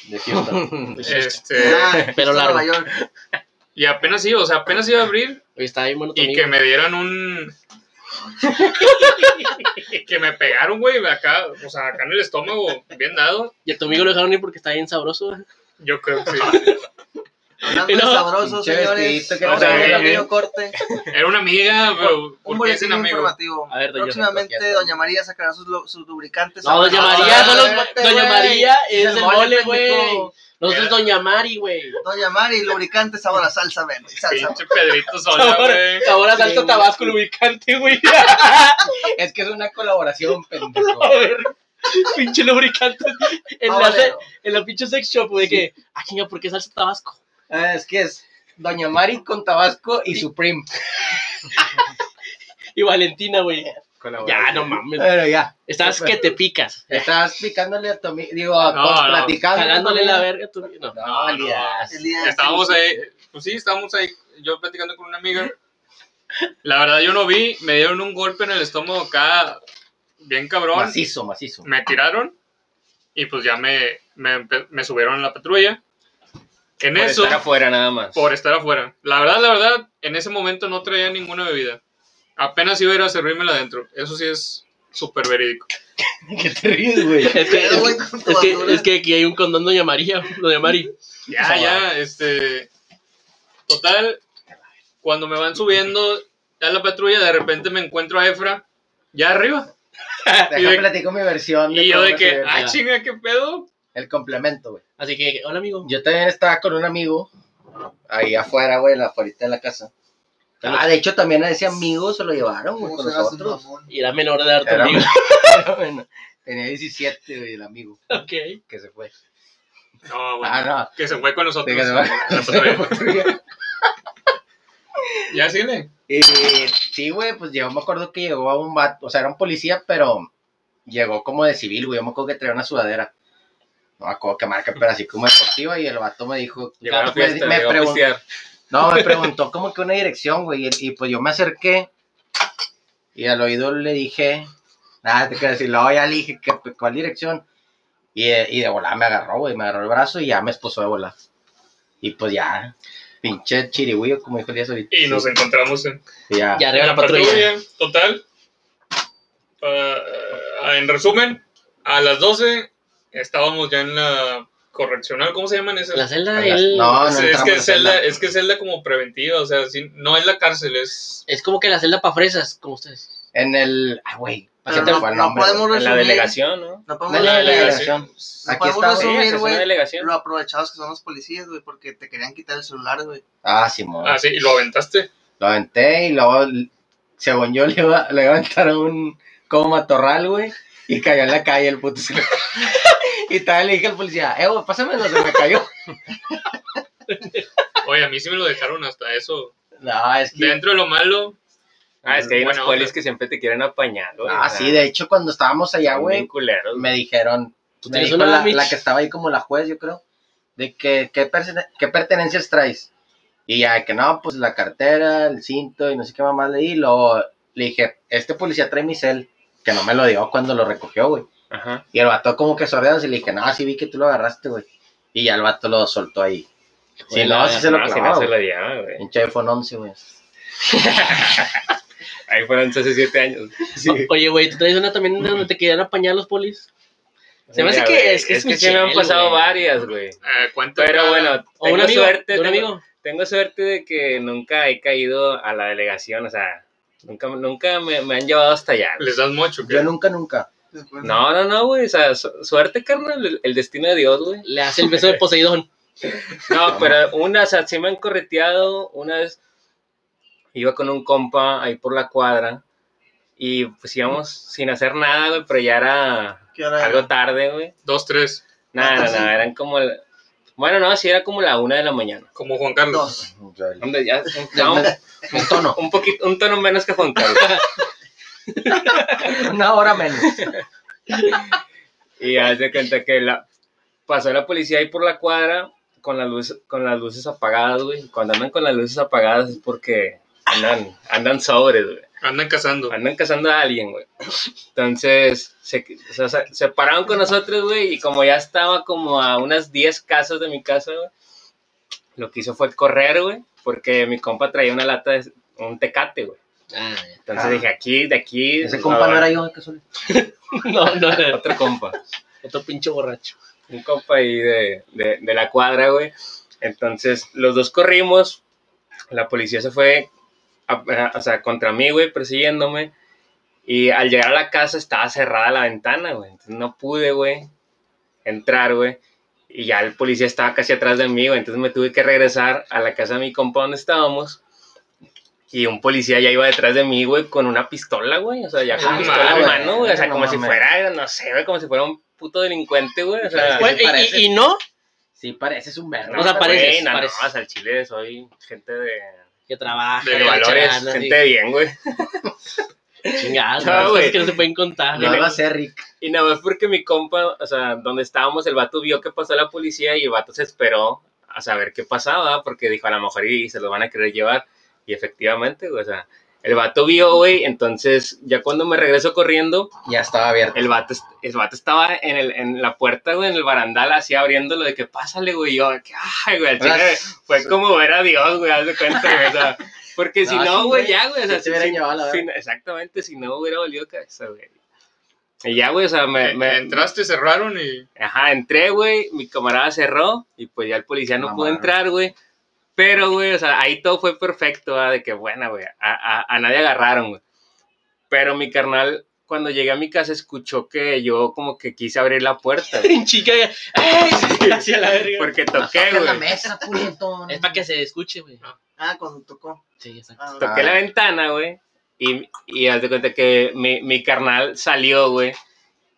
[SPEAKER 2] de Pues Houston.
[SPEAKER 1] Pues
[SPEAKER 4] Este,
[SPEAKER 5] Ah,
[SPEAKER 1] Pero
[SPEAKER 5] Houston,
[SPEAKER 1] largo.
[SPEAKER 5] Nueva York.
[SPEAKER 4] y apenas iba, o sea, apenas iba a abrir
[SPEAKER 1] Oye, estaba bien bueno tu
[SPEAKER 4] Y que
[SPEAKER 1] amigo.
[SPEAKER 4] me dieran un. que me pegaron, güey, acá, o sea, acá en el estómago, bien dado.
[SPEAKER 1] Y a tu amigo lo dejaron ir porque está bien sabroso. güey.
[SPEAKER 4] Yo creo que sí.
[SPEAKER 5] Hablando de
[SPEAKER 1] No.
[SPEAKER 5] sabrosos,
[SPEAKER 2] Pinche
[SPEAKER 5] señores.
[SPEAKER 2] vestidito que
[SPEAKER 5] Vamos
[SPEAKER 4] no
[SPEAKER 5] a
[SPEAKER 4] se
[SPEAKER 5] ver
[SPEAKER 4] ve.
[SPEAKER 5] el amigo corte.
[SPEAKER 4] Era una amiga, pero.
[SPEAKER 5] Un
[SPEAKER 4] ¿Por qué es
[SPEAKER 5] boletín
[SPEAKER 4] un amigo?
[SPEAKER 5] informativo.
[SPEAKER 1] A ver, doña-
[SPEAKER 5] Próximamente,
[SPEAKER 2] doña-
[SPEAKER 5] doña María sacará sus, lo- sus lubricantes.
[SPEAKER 1] No, Doña
[SPEAKER 5] sabrosos.
[SPEAKER 1] María, son los-
[SPEAKER 5] Ah, vete,
[SPEAKER 1] Doña
[SPEAKER 5] güey.
[SPEAKER 1] María es el mole,
[SPEAKER 5] pendejo.
[SPEAKER 1] güey. Nosotros
[SPEAKER 4] Era-
[SPEAKER 1] Doña Mari, güey.
[SPEAKER 5] Doña María, lubricantes, sabor a salsa verde. Salsa
[SPEAKER 4] Pinche Pedrito sola,
[SPEAKER 1] Sabor-
[SPEAKER 4] güey.
[SPEAKER 1] Sabor a
[SPEAKER 2] Sí,
[SPEAKER 1] salsa
[SPEAKER 2] güey.
[SPEAKER 1] tabasco lubricante, güey.
[SPEAKER 2] es que es una colaboración, pendejo.
[SPEAKER 1] A ver, pinche lubricante. En la,
[SPEAKER 5] Órale.
[SPEAKER 1] en la pinche sex shop, güey, de que... Ah, chinga, ¿por qué salsa tabasco?
[SPEAKER 2] Ah, Es que es Doña Mari con Tabasco y Supreme.
[SPEAKER 1] Y Valentina, güey. Ya, Eh, no mames.
[SPEAKER 2] Pero ya.
[SPEAKER 1] Estás que te picas.
[SPEAKER 2] Estabas picándole a tu amigo. Digo,
[SPEAKER 4] No,
[SPEAKER 2] con-
[SPEAKER 4] no.
[SPEAKER 2] platicando.
[SPEAKER 1] Jalándole
[SPEAKER 2] con
[SPEAKER 1] la
[SPEAKER 2] tu
[SPEAKER 1] verga a tu Ah, no.
[SPEAKER 2] amigo. No, Elías.
[SPEAKER 5] Elías.
[SPEAKER 4] Estábamos ahí, pues sí, estábamos ahí, yo platicando con una amiga. La verdad, yo no vi, me dieron un golpe en el estómago acá, bien cabrón.
[SPEAKER 2] Macizo, macizo.
[SPEAKER 4] me tiraron y pues ya me, me, empe- me subieron a la patrulla. En
[SPEAKER 3] Por
[SPEAKER 4] eso,
[SPEAKER 3] estar afuera nada más.
[SPEAKER 4] por estar afuera. La verdad, la verdad, en ese momento no traía ninguna bebida. Apenas iba a ir a servírmela adentro. Eso sí es súper verídico.
[SPEAKER 2] ¿Qué te ríes, güey?
[SPEAKER 1] Es que,
[SPEAKER 5] Pero,
[SPEAKER 1] es,
[SPEAKER 5] güey,
[SPEAKER 1] que-
[SPEAKER 5] con tu
[SPEAKER 1] es que,
[SPEAKER 5] basura.
[SPEAKER 1] es que aquí hay un condón Doña María, Doña Mari.
[SPEAKER 4] Ya, ya, este... Total, cuando me van subiendo, da la patrulla, de repente me encuentro a Efra ya arriba. Y
[SPEAKER 2] Déjame
[SPEAKER 4] de-
[SPEAKER 2] platico mi versión.
[SPEAKER 4] Y yo
[SPEAKER 2] cómo
[SPEAKER 4] de
[SPEAKER 2] me
[SPEAKER 4] que,
[SPEAKER 2] subieron.
[SPEAKER 4] ah, chinga, qué pedo.
[SPEAKER 2] El complemento, güey.
[SPEAKER 1] Así que, hola amigo.
[SPEAKER 2] Yo también estaba con un amigo ahí afuera, güey, afuera de la casa. Ah, de hecho, también a ese amigo se lo llevaron, güey,
[SPEAKER 6] ¿Cómo
[SPEAKER 2] con
[SPEAKER 6] se hace
[SPEAKER 2] nosotros.
[SPEAKER 6] mamón?
[SPEAKER 1] Y era menor de edad tu
[SPEAKER 2] Era-
[SPEAKER 1] amigo.
[SPEAKER 2] Pero bueno, tenía 17, güey, el amigo
[SPEAKER 1] Ok.
[SPEAKER 2] que se fue.
[SPEAKER 4] No, bueno,
[SPEAKER 2] Ah, no.
[SPEAKER 4] que se fue con nosotros.
[SPEAKER 2] Sí, que se fue.
[SPEAKER 4] La patrulla. ya síguele.
[SPEAKER 2] Y sí, güey, pues yo me acuerdo que llegó a un vato, o sea, era un policía, pero llegó como de civil, güey. Yo me acuerdo que traía una sudadera. No me acuerdo qué marca, pero así como deportiva. Y el vato me dijo,
[SPEAKER 3] Llegó a la
[SPEAKER 2] "Ah, pues,
[SPEAKER 3] fiesta,
[SPEAKER 2] me
[SPEAKER 3] llegó a
[SPEAKER 2] preguntó,
[SPEAKER 3] pistear.
[SPEAKER 2] No, me preguntó como que una dirección, güey. Y, y pues yo me acerqué y al oído le dije, nada, te quiero decir, luego ya le dije, "¿Qué- ¿cuál dirección? Y, eh, y de volada me agarró, güey, me agarró el brazo y ya me expuso de volada. Y pues ya, pinche chirigüillo, como dijo el día ahorita.
[SPEAKER 4] Y nos
[SPEAKER 2] Sí,
[SPEAKER 4] encontramos en,
[SPEAKER 2] ya.
[SPEAKER 1] Y arriba
[SPEAKER 4] en
[SPEAKER 1] la patrulla.
[SPEAKER 4] Total. Ah, ah, en resumen, a las 12 estábamos ya en la correccional. ¿Cómo se llaman esas?
[SPEAKER 1] La celda,
[SPEAKER 2] Oiga,
[SPEAKER 1] él.
[SPEAKER 2] No, no
[SPEAKER 4] es, es
[SPEAKER 2] entramos
[SPEAKER 4] que
[SPEAKER 2] a celda.
[SPEAKER 4] celda, es que celda como preventiva, o sea, sí, no es la cárcel, es...
[SPEAKER 1] Es como que la celda para fresas, como ustedes.
[SPEAKER 2] En el. Ah, güey.
[SPEAKER 5] Pero
[SPEAKER 2] se me
[SPEAKER 5] no-
[SPEAKER 2] fue el
[SPEAKER 5] no
[SPEAKER 2] nombre,
[SPEAKER 5] podemos
[SPEAKER 2] güey.
[SPEAKER 3] En la
[SPEAKER 5] resumir-
[SPEAKER 3] delegación, ¿no?
[SPEAKER 5] No
[SPEAKER 2] En
[SPEAKER 5] podemos
[SPEAKER 2] la
[SPEAKER 5] resumir
[SPEAKER 2] delegación.
[SPEAKER 3] Sí,
[SPEAKER 2] Aquí
[SPEAKER 5] podemos
[SPEAKER 2] está,
[SPEAKER 3] que
[SPEAKER 2] güey.
[SPEAKER 5] resumir,
[SPEAKER 3] es una
[SPEAKER 5] güey,
[SPEAKER 3] delegación.
[SPEAKER 5] lo aprovechados que son los policías, güey, porque te querían quitar el celular, güey.
[SPEAKER 2] Ah, Simón.
[SPEAKER 4] Ah, sí, y lo aventaste.
[SPEAKER 2] Lo aventé y luego, según yo, le iba, le iba a aventar a un como matorral, güey. Y cayó en la calle el puto celular. y tal, le dije al policía, eh, güey, pásamelo, se me cayó.
[SPEAKER 4] Oye, a mí sí me lo dejaron hasta eso.
[SPEAKER 2] No, es que.
[SPEAKER 4] Dentro de lo malo,
[SPEAKER 3] Ah, es que hay unos
[SPEAKER 4] Buena
[SPEAKER 3] polis
[SPEAKER 4] onda.
[SPEAKER 3] que siempre te quieren apañar, güey.
[SPEAKER 2] Ah, sí, de hecho, cuando estábamos allá, güey, me dijeron.
[SPEAKER 1] Tú
[SPEAKER 2] Me
[SPEAKER 1] tienes
[SPEAKER 2] dijo
[SPEAKER 1] una
[SPEAKER 2] la,
[SPEAKER 1] Mitch.
[SPEAKER 2] la que estaba ahí como la juez, yo creo. De que, ¿qué, pertene- qué pertenencias traes? Y ya, de que no, pues la cartera, el cinto y no sé qué mamá leí. Y luego le dije, este policía trae mi cel, que no me lo dio cuando lo recogió, güey.
[SPEAKER 3] Ajá.
[SPEAKER 2] Y el vato como que sordeado y le dije, no, sí vi que tú lo agarraste, güey. Y ya el vato lo soltó ahí. Si no, sí se lo
[SPEAKER 3] No, si
[SPEAKER 2] clavaba,
[SPEAKER 3] no se lo
[SPEAKER 2] güey.
[SPEAKER 3] llevaba, güey.
[SPEAKER 2] Pinche iPhone 11, güey.
[SPEAKER 3] Ahí fueron hace siete años.
[SPEAKER 1] O- Oye, güey, tú traes una también de donde te querían apañar los polis. Se me hace
[SPEAKER 3] Mira,
[SPEAKER 1] que
[SPEAKER 3] güey,
[SPEAKER 1] es que es
[SPEAKER 3] que sí me han
[SPEAKER 1] Michelle,
[SPEAKER 3] pasado
[SPEAKER 1] güey.
[SPEAKER 3] varias, güey.
[SPEAKER 4] eh, ¿cuánto
[SPEAKER 3] Pero
[SPEAKER 4] era?
[SPEAKER 3] bueno,
[SPEAKER 1] O un
[SPEAKER 3] tengo
[SPEAKER 1] amigo.
[SPEAKER 3] suerte,
[SPEAKER 1] de un
[SPEAKER 3] tengo-
[SPEAKER 1] amigo.
[SPEAKER 3] tengo suerte de que nunca he caído a la delegación, o sea, nunca, nunca me, me han llevado hasta allá. güey.
[SPEAKER 4] les das mucho. ¿qué?
[SPEAKER 2] Yo nunca, nunca.
[SPEAKER 6] Después-
[SPEAKER 3] No, no, no, güey, o sea, su- suerte, carnal, el, el destino de Dios, güey.
[SPEAKER 1] Le hace el beso de Poseidón.
[SPEAKER 3] No, pero una, o sea, sí me han correteado, una vez iba con un compa ahí por la cuadra y pues íbamos sin hacer nada, güey, pero ya
[SPEAKER 2] Ah.
[SPEAKER 3] era
[SPEAKER 5] ¿Qué hora
[SPEAKER 3] algo
[SPEAKER 5] era?
[SPEAKER 3] tarde, güey.
[SPEAKER 4] Dos, tres,
[SPEAKER 3] Nada,
[SPEAKER 5] Ah,
[SPEAKER 3] nada,
[SPEAKER 5] sí.
[SPEAKER 3] nada, eran como, la- bueno, no, sí, era como la una de la mañana.
[SPEAKER 4] como Juan Carlos.
[SPEAKER 5] Dos.
[SPEAKER 2] O sea, el-
[SPEAKER 3] Donde ya, ya un,
[SPEAKER 2] Un tono,
[SPEAKER 3] un poquito, un tono menos que Juan Carlos.
[SPEAKER 2] una hora menos.
[SPEAKER 3] Y haz de cuenta que la, pasó la policía ahí por la cuadra con, la luz, con las luces apagadas, güey. Cuando andan con las luces apagadas es porque andan, andan sobres, güey.
[SPEAKER 4] Andan cazando.
[SPEAKER 3] Andan cazando a alguien, güey. Entonces, se, se- se- se pararon con nosotros, güey, y como ya estaba como a unas 10 casas de mi casa, güey, lo que hizo fue correr, güey, porque mi compa traía una lata de un tecate, güey.
[SPEAKER 1] Ah,
[SPEAKER 3] Entonces
[SPEAKER 2] Ah.
[SPEAKER 3] dije, aquí, de aquí.
[SPEAKER 2] Ese
[SPEAKER 3] pues,
[SPEAKER 2] compa no
[SPEAKER 3] ahora,
[SPEAKER 2] era yo, ¿qué casualidad.
[SPEAKER 1] no, no, no.
[SPEAKER 3] Otro compa.
[SPEAKER 1] Otro pinche borracho.
[SPEAKER 3] un compa ahí de, de- de la cuadra, güey. Entonces, los dos corrimos. La policía se fue, a- a- o sea, contra mí, güey, persiguiéndome. Y al llegar a la casa estaba cerrada la ventana, güey. Entonces no pude, güey, entrar, güey. Y ya el policía estaba casi atrás de mí, güey. Entonces me tuve que regresar a la casa de mi compa donde estábamos. Y un policía ya iba detrás de mí, güey, con una pistola, güey. O sea, ya con
[SPEAKER 4] Ah,
[SPEAKER 3] pistola en
[SPEAKER 4] güey.
[SPEAKER 3] mano, güey. O sea,
[SPEAKER 2] No
[SPEAKER 3] como si
[SPEAKER 2] mames.
[SPEAKER 3] fuera, no sé, güey, como si fuera un puto delincuente, güey. O sea,
[SPEAKER 2] Así Güey,
[SPEAKER 1] Bueno, y-
[SPEAKER 2] parece.
[SPEAKER 1] y, y no,
[SPEAKER 2] Sí, pareces un verga.
[SPEAKER 1] O sea,
[SPEAKER 3] güey,
[SPEAKER 1] pareces,
[SPEAKER 3] no, no,
[SPEAKER 1] pareces.
[SPEAKER 3] o sea, al chile soy gente de,
[SPEAKER 1] que trabaja.
[SPEAKER 4] De
[SPEAKER 3] de
[SPEAKER 1] le echa
[SPEAKER 3] valores,
[SPEAKER 1] ganas,
[SPEAKER 3] gente de bien, güey.
[SPEAKER 1] y Chingadas,
[SPEAKER 3] No,
[SPEAKER 1] no, cosas
[SPEAKER 3] güey.
[SPEAKER 1] que no se pueden contar.
[SPEAKER 2] No lo hace Rick.
[SPEAKER 3] Y nada más porque mi compa, o sea, donde estábamos, el vato vio que pasó la policía y el vato se esperó a saber qué pasaba, porque dijo, a lo mejor y se lo van a querer llevar. Y efectivamente, güey, o sea, el vato vio, güey, entonces ya cuando me regreso corriendo,
[SPEAKER 2] Ya estaba abierto.
[SPEAKER 3] el vato, est- el vato estaba en, el, en la puerta, güey, en el barandal, así abriéndolo, de que pásale, güey, yo, que, ay, güey, al chile,
[SPEAKER 2] Ah,
[SPEAKER 3] Fue como ver a Dios, güey, haz de cuenta, güey, o sea, porque si
[SPEAKER 2] No,
[SPEAKER 3] no,
[SPEAKER 2] sí,
[SPEAKER 3] güey,
[SPEAKER 2] güey,
[SPEAKER 3] ya, güey, o
[SPEAKER 2] sí
[SPEAKER 3] sea,
[SPEAKER 2] te
[SPEAKER 3] si-
[SPEAKER 2] hubieran
[SPEAKER 3] si-
[SPEAKER 2] llevado a la
[SPEAKER 3] si-
[SPEAKER 2] verga.
[SPEAKER 3] exactamente, si no hubiera valido cabeza, güey. Y ya, güey, o sea, me, me-
[SPEAKER 4] Eh, Entraste, cerraron y
[SPEAKER 3] ajá, entré, güey, mi camarada cerró y pues ya el policía no pudo
[SPEAKER 2] Mamaron.
[SPEAKER 3] entrar, güey, Pero, güey, o sea, ahí todo fue perfecto, ¿verdad? de que buena, güey, a, a- a nadie agarraron, güey. Pero mi carnal, cuando llegué a mi casa, escuchó que yo como que quise abrir la puerta, güey,
[SPEAKER 1] En chica, ¡ay! Hacia la verga.
[SPEAKER 3] porque toqué,
[SPEAKER 2] Toca la
[SPEAKER 3] güey.
[SPEAKER 2] mesa, puñetón.
[SPEAKER 1] Es para que se escuche, güey.
[SPEAKER 5] Ah, cuando tocó.
[SPEAKER 1] Sí, exacto.
[SPEAKER 5] Ah,
[SPEAKER 3] Toqué la ventana, güey, y, y haz de cuenta que mi, mi carnal salió, güey.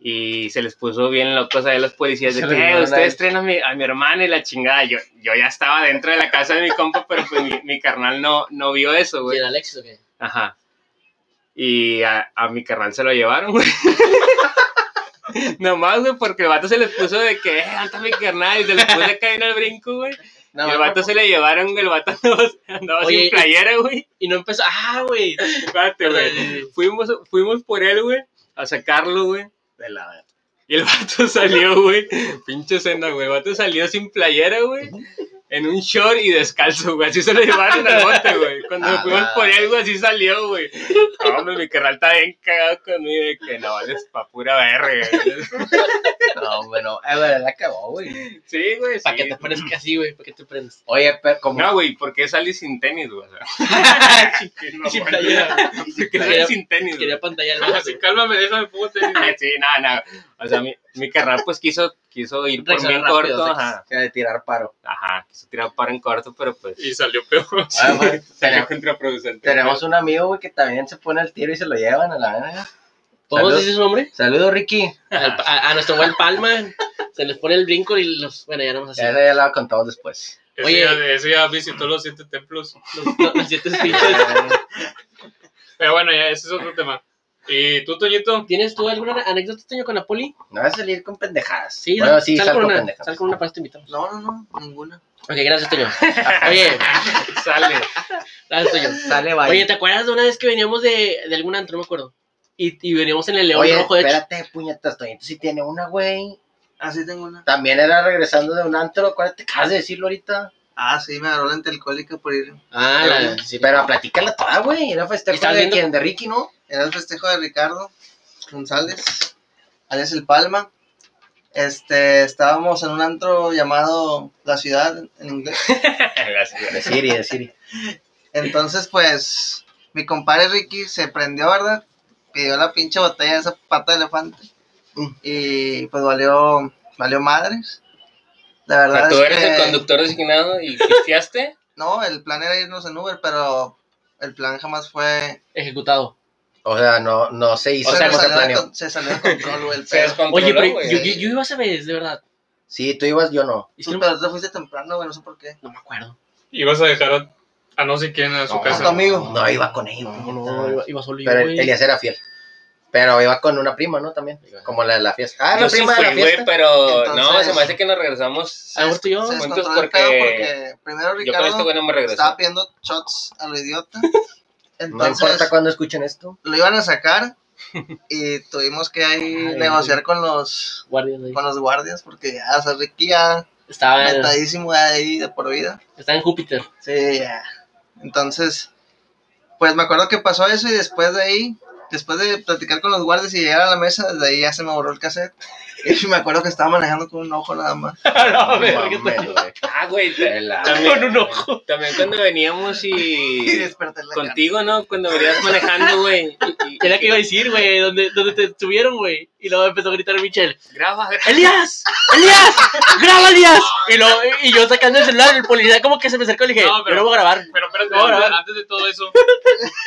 [SPEAKER 3] Y se les puso bien locos a los policías de
[SPEAKER 2] Se
[SPEAKER 3] que
[SPEAKER 2] les
[SPEAKER 3] "Eh,
[SPEAKER 2] mandaron ahí.
[SPEAKER 3] ustedes traen a mi, a mi hermana y la chingada. Yo, yo ya estaba dentro de la casa de mi compa, pero pues mi, mi carnal no, no vio eso, güey.
[SPEAKER 1] ¿Y el Alexis o qué?
[SPEAKER 3] Ajá. Y a, a mi carnal se lo llevaron, güey. Nomás, güey, porque el vato se les puso de que, eh, anda mi carnal, y se les puso de caer al brinco, güey.
[SPEAKER 2] No,
[SPEAKER 3] y el
[SPEAKER 2] no,
[SPEAKER 3] vato se le llevaron, güey, el vato andaba, andaba
[SPEAKER 1] Oye, y-
[SPEAKER 3] sin playera, güey.
[SPEAKER 1] Y no empezó. ¡Ah, güey!
[SPEAKER 3] Espérate, güey. Fuimos, fuimos por él, güey, a sacarlo, güey.
[SPEAKER 2] de la verga.
[SPEAKER 3] Y el vato salió, güey. Pinche escena, güey. El vato salió sin playera, güey. En un short y descalzo, güey. Así se lo llevaron al bote, güey. Cuando
[SPEAKER 2] A
[SPEAKER 1] Ah,
[SPEAKER 3] nos fuimos
[SPEAKER 2] la-
[SPEAKER 3] por él, güey, así salió, güey. No, Hombre, mi carnal está bien cagado conmigo. de Que no, vales pa' pura verga. güey.
[SPEAKER 2] No, bueno, es verdad, la cagó, güey.
[SPEAKER 3] Sí, güey, sí.
[SPEAKER 1] Para que te parezca así, güey. Para que te prendas.
[SPEAKER 2] Oye, pero como.
[SPEAKER 3] No, güey, ¿por qué salí sin tenis, güey? O sea,
[SPEAKER 1] Sin playera. güey.
[SPEAKER 3] ¿Por qué salí sin tenis, güey?
[SPEAKER 1] Quería pantalla al vato,
[SPEAKER 4] Así, Ah, cálmame, déjame, pongo tenis.
[SPEAKER 3] Sí, Sí, nada, nada. O sea, mi, mi carnal, pues, quiso, quiso ir por
[SPEAKER 1] Reaccionar
[SPEAKER 3] bien
[SPEAKER 1] rápido,
[SPEAKER 3] corto.
[SPEAKER 1] sí.
[SPEAKER 3] Ajá,
[SPEAKER 2] que De tirar paro.
[SPEAKER 3] ajá. Quiso tirar para en corto, pero pues...
[SPEAKER 4] Y salió peor.
[SPEAKER 2] Ah, bueno,
[SPEAKER 3] Sería
[SPEAKER 2] tenemos-
[SPEAKER 3] contraproducente.
[SPEAKER 2] Tenemos un amigo, güey, que también se pone al tiro y se lo llevan a la verga.
[SPEAKER 1] ¿Podemos
[SPEAKER 2] Salud.
[SPEAKER 1] decir su nombre?
[SPEAKER 2] Saludos, Ricky.
[SPEAKER 1] Al- A, a nuestro buen Palma. Se les pone el brinco y los. Bueno, ya no vamos a
[SPEAKER 2] Ya
[SPEAKER 1] hacer.
[SPEAKER 2] se ya lo contamos después.
[SPEAKER 4] Ese,
[SPEAKER 1] Oye.
[SPEAKER 4] ya, ese ya visitó eh, los siete templos.
[SPEAKER 1] Los, los, los siete
[SPEAKER 2] Eh,
[SPEAKER 1] espíritus.
[SPEAKER 4] Pero bueno, ya, ese es otro tema. ¿Y tú, Toñito?
[SPEAKER 1] ¿Tienes tú alguna anécdota, Toño, con la poli?
[SPEAKER 2] No va a salir con pendejadas.
[SPEAKER 1] Sí,
[SPEAKER 2] bueno,
[SPEAKER 1] sal-
[SPEAKER 2] sí,
[SPEAKER 1] sal,
[SPEAKER 2] sal
[SPEAKER 1] con
[SPEAKER 2] con
[SPEAKER 1] una,
[SPEAKER 2] pendejadas.
[SPEAKER 1] sal con una para esto invitamos.
[SPEAKER 5] No, no, no, ninguna.
[SPEAKER 1] Ok, gracias, Toño. Oye,
[SPEAKER 3] Sale.
[SPEAKER 1] gracias, Toño.
[SPEAKER 2] Sale, vaya.
[SPEAKER 1] Oye, ¿te acuerdas de una vez que veníamos de, de algún antro? No me acuerdo. Y, y veníamos en el León
[SPEAKER 2] Oye,
[SPEAKER 1] Rojo, de hecho.
[SPEAKER 2] espérate, puñetas, Toñito sí tiene una, güey.
[SPEAKER 5] Ah, sí tengo una.
[SPEAKER 2] También era regresando de un antro, acuérdate, acabas de decirlo ahorita.
[SPEAKER 5] Ah, sí, me agarró la alcohólica por ir.
[SPEAKER 1] Ah, la,
[SPEAKER 2] pero, pero platícala toda, güey. Era festejo
[SPEAKER 1] ¿Estás
[SPEAKER 2] de
[SPEAKER 1] viendo?
[SPEAKER 2] quien, de Ricky, ¿no?
[SPEAKER 5] Era el festejo de Ricardo González, alias El Palma. Este, estábamos en un antro llamado La Ciudad, en inglés.
[SPEAKER 2] De Siri, de Siri.
[SPEAKER 5] Entonces, pues, mi compadre Ricky se prendió, ¿verdad? Pidió la pinche botella de esa pata de elefante.
[SPEAKER 3] Mm.
[SPEAKER 5] Y pues valió, valió madres. La verdad
[SPEAKER 3] ¿Tú
[SPEAKER 5] es
[SPEAKER 3] eres
[SPEAKER 5] que-
[SPEAKER 3] el conductor designado y pisteaste?
[SPEAKER 5] No, el plan era irnos en Uber, pero el plan jamás fue...
[SPEAKER 1] ejecutado.
[SPEAKER 2] O sea, no, no se hizo
[SPEAKER 5] O sea,
[SPEAKER 2] como se
[SPEAKER 5] se, salió de
[SPEAKER 2] planeó.
[SPEAKER 5] con- se salió de control, güey, el
[SPEAKER 3] Se
[SPEAKER 5] pedo.
[SPEAKER 3] descontroló,
[SPEAKER 1] Oye, pero
[SPEAKER 3] güey.
[SPEAKER 1] yo, yo, yo iba a saber, de verdad.
[SPEAKER 2] Sí, tú ibas, yo no.
[SPEAKER 1] Es que
[SPEAKER 5] Tú,
[SPEAKER 1] no,
[SPEAKER 5] pero tú te fuiste temprano, güey, no sé por qué.
[SPEAKER 1] no me acuerdo.
[SPEAKER 4] Ibas a dejar a, a no sé quién a su
[SPEAKER 2] No,
[SPEAKER 5] A Ah, tu
[SPEAKER 4] casa.
[SPEAKER 5] amigo.
[SPEAKER 2] No, iba con ellos.
[SPEAKER 1] No, no, iba, iba solo yo,
[SPEAKER 2] Pero
[SPEAKER 1] güey.
[SPEAKER 2] Elías era fiel. Pero iba con una prima, ¿no? También. Como la de la fiesta. Ah,
[SPEAKER 3] Yo
[SPEAKER 2] la
[SPEAKER 3] sí
[SPEAKER 2] prima de la
[SPEAKER 3] fui, güey,
[SPEAKER 2] fiesta.
[SPEAKER 3] pero no,
[SPEAKER 5] Entonces-
[SPEAKER 3] se me hace que nos regresamos.
[SPEAKER 1] A gusto yo.
[SPEAKER 5] Se
[SPEAKER 3] Juntos
[SPEAKER 5] descontroló el
[SPEAKER 3] porque-
[SPEAKER 5] pedo porque primero
[SPEAKER 3] Yo con esto,
[SPEAKER 5] Ricardo
[SPEAKER 3] güey, no me regreso.
[SPEAKER 5] estaba pidiendo shots a lo idiota.
[SPEAKER 2] No importa
[SPEAKER 5] Entonces
[SPEAKER 2] cuándo escuchen esto.
[SPEAKER 5] lo iban a sacar y tuvimos que ahí
[SPEAKER 1] Ay,
[SPEAKER 5] negociar con los
[SPEAKER 1] Guardias ahí.
[SPEAKER 5] con los guardias porque ya, o sea, Ricky ya
[SPEAKER 1] Estaba,
[SPEAKER 5] metadísimo ahí de por vida.
[SPEAKER 1] estaba en Júpiter.
[SPEAKER 5] Sí, ya. Entonces, pues me acuerdo que pasó eso y después de ahí, después de platicar con los guardias y llegar a la mesa, desde ahí ya se me borró el cassette. Y me acuerdo que estaba manejando con un ojo nada más.
[SPEAKER 1] No,
[SPEAKER 2] mames,
[SPEAKER 1] verga, Toño.
[SPEAKER 2] güey.
[SPEAKER 3] Ah, güey. ta-
[SPEAKER 2] Vela.
[SPEAKER 3] También,
[SPEAKER 1] Con un ojo.
[SPEAKER 3] También cuando veníamos
[SPEAKER 5] Y
[SPEAKER 3] y.
[SPEAKER 5] desperté en la cara.
[SPEAKER 3] Contigo, ¿no? Cuando venías manejando, güey. y- y-
[SPEAKER 1] Era que iba a decir, güey, donde, donde te estuvieron, güey. Y luego empezó a gritar Michelle.
[SPEAKER 3] Graba, graba.
[SPEAKER 1] ¡Elías! ¡Elías! ¡Graba, Elías! Y, lo, y yo sacando el celular, el policía como que se me acercó y le dije,
[SPEAKER 4] No, pero-
[SPEAKER 1] yo no voy a grabar.
[SPEAKER 4] Pero espérate,
[SPEAKER 1] No,
[SPEAKER 4] antes,
[SPEAKER 1] no.
[SPEAKER 4] antes de todo eso,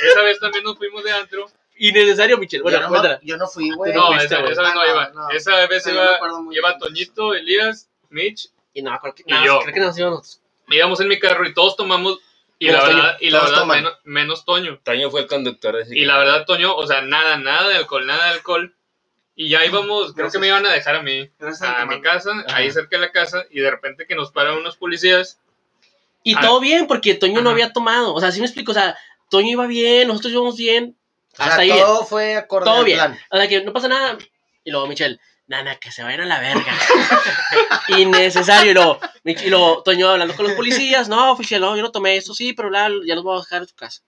[SPEAKER 4] esa vez también nos fuimos de antro.
[SPEAKER 1] Innecesario, Michelle. Bueno,
[SPEAKER 2] yo, no,
[SPEAKER 1] cuéntala.
[SPEAKER 2] yo no fui, güey.
[SPEAKER 1] No
[SPEAKER 4] No,
[SPEAKER 1] fuiste,
[SPEAKER 4] esa,
[SPEAKER 1] güey.
[SPEAKER 4] esa vez no
[SPEAKER 5] Ah, no,
[SPEAKER 4] iba.
[SPEAKER 5] no.
[SPEAKER 4] Esa vez
[SPEAKER 5] Sí, yo me
[SPEAKER 4] iba,
[SPEAKER 5] acuerdo muy
[SPEAKER 4] iba
[SPEAKER 5] bien.
[SPEAKER 4] Toñito, Elías, Mitch.
[SPEAKER 1] Y no me acuerdo que
[SPEAKER 4] Y
[SPEAKER 1] nada más,
[SPEAKER 4] yo.
[SPEAKER 1] creo que nos íbamos.
[SPEAKER 4] Íbamos en mi carro y todos tomamos. Y
[SPEAKER 1] Menos
[SPEAKER 4] la verdad, y la
[SPEAKER 2] Todos
[SPEAKER 4] verdad
[SPEAKER 2] toman.
[SPEAKER 4] menos, menos Toño.
[SPEAKER 3] Toño fue el conductor. así
[SPEAKER 4] Y
[SPEAKER 3] que-
[SPEAKER 4] la verdad, Toño, o sea, nada, nada de alcohol, nada de alcohol. Y ya íbamos, creo que me iban a dejar a mí,
[SPEAKER 5] Gracias
[SPEAKER 4] a
[SPEAKER 5] al
[SPEAKER 4] Ah, mi
[SPEAKER 5] comando.
[SPEAKER 4] casa, ahí cerca de la casa, y de repente que nos paran unos policías.
[SPEAKER 1] Y
[SPEAKER 4] Ah.
[SPEAKER 1] todo bien, porque Toño no
[SPEAKER 4] Ajá.
[SPEAKER 1] había tomado. O sea, sí me explico. O sea, Toño iba bien, nosotros íbamos bien.
[SPEAKER 2] O sea,
[SPEAKER 1] Hasta ahí. bien.
[SPEAKER 2] todo fue acorde
[SPEAKER 1] Todo
[SPEAKER 2] al
[SPEAKER 1] bien.
[SPEAKER 2] plan.
[SPEAKER 1] O sea, que no pasa nada. Y luego Michelle, nana, que se vayan a la verga. Innecesario. Y luego, Mich- y luego Toño hablando con los policías. No, oficial, no, yo no tomé esto, sí, pero bla, ya los voy a bajar a su casa.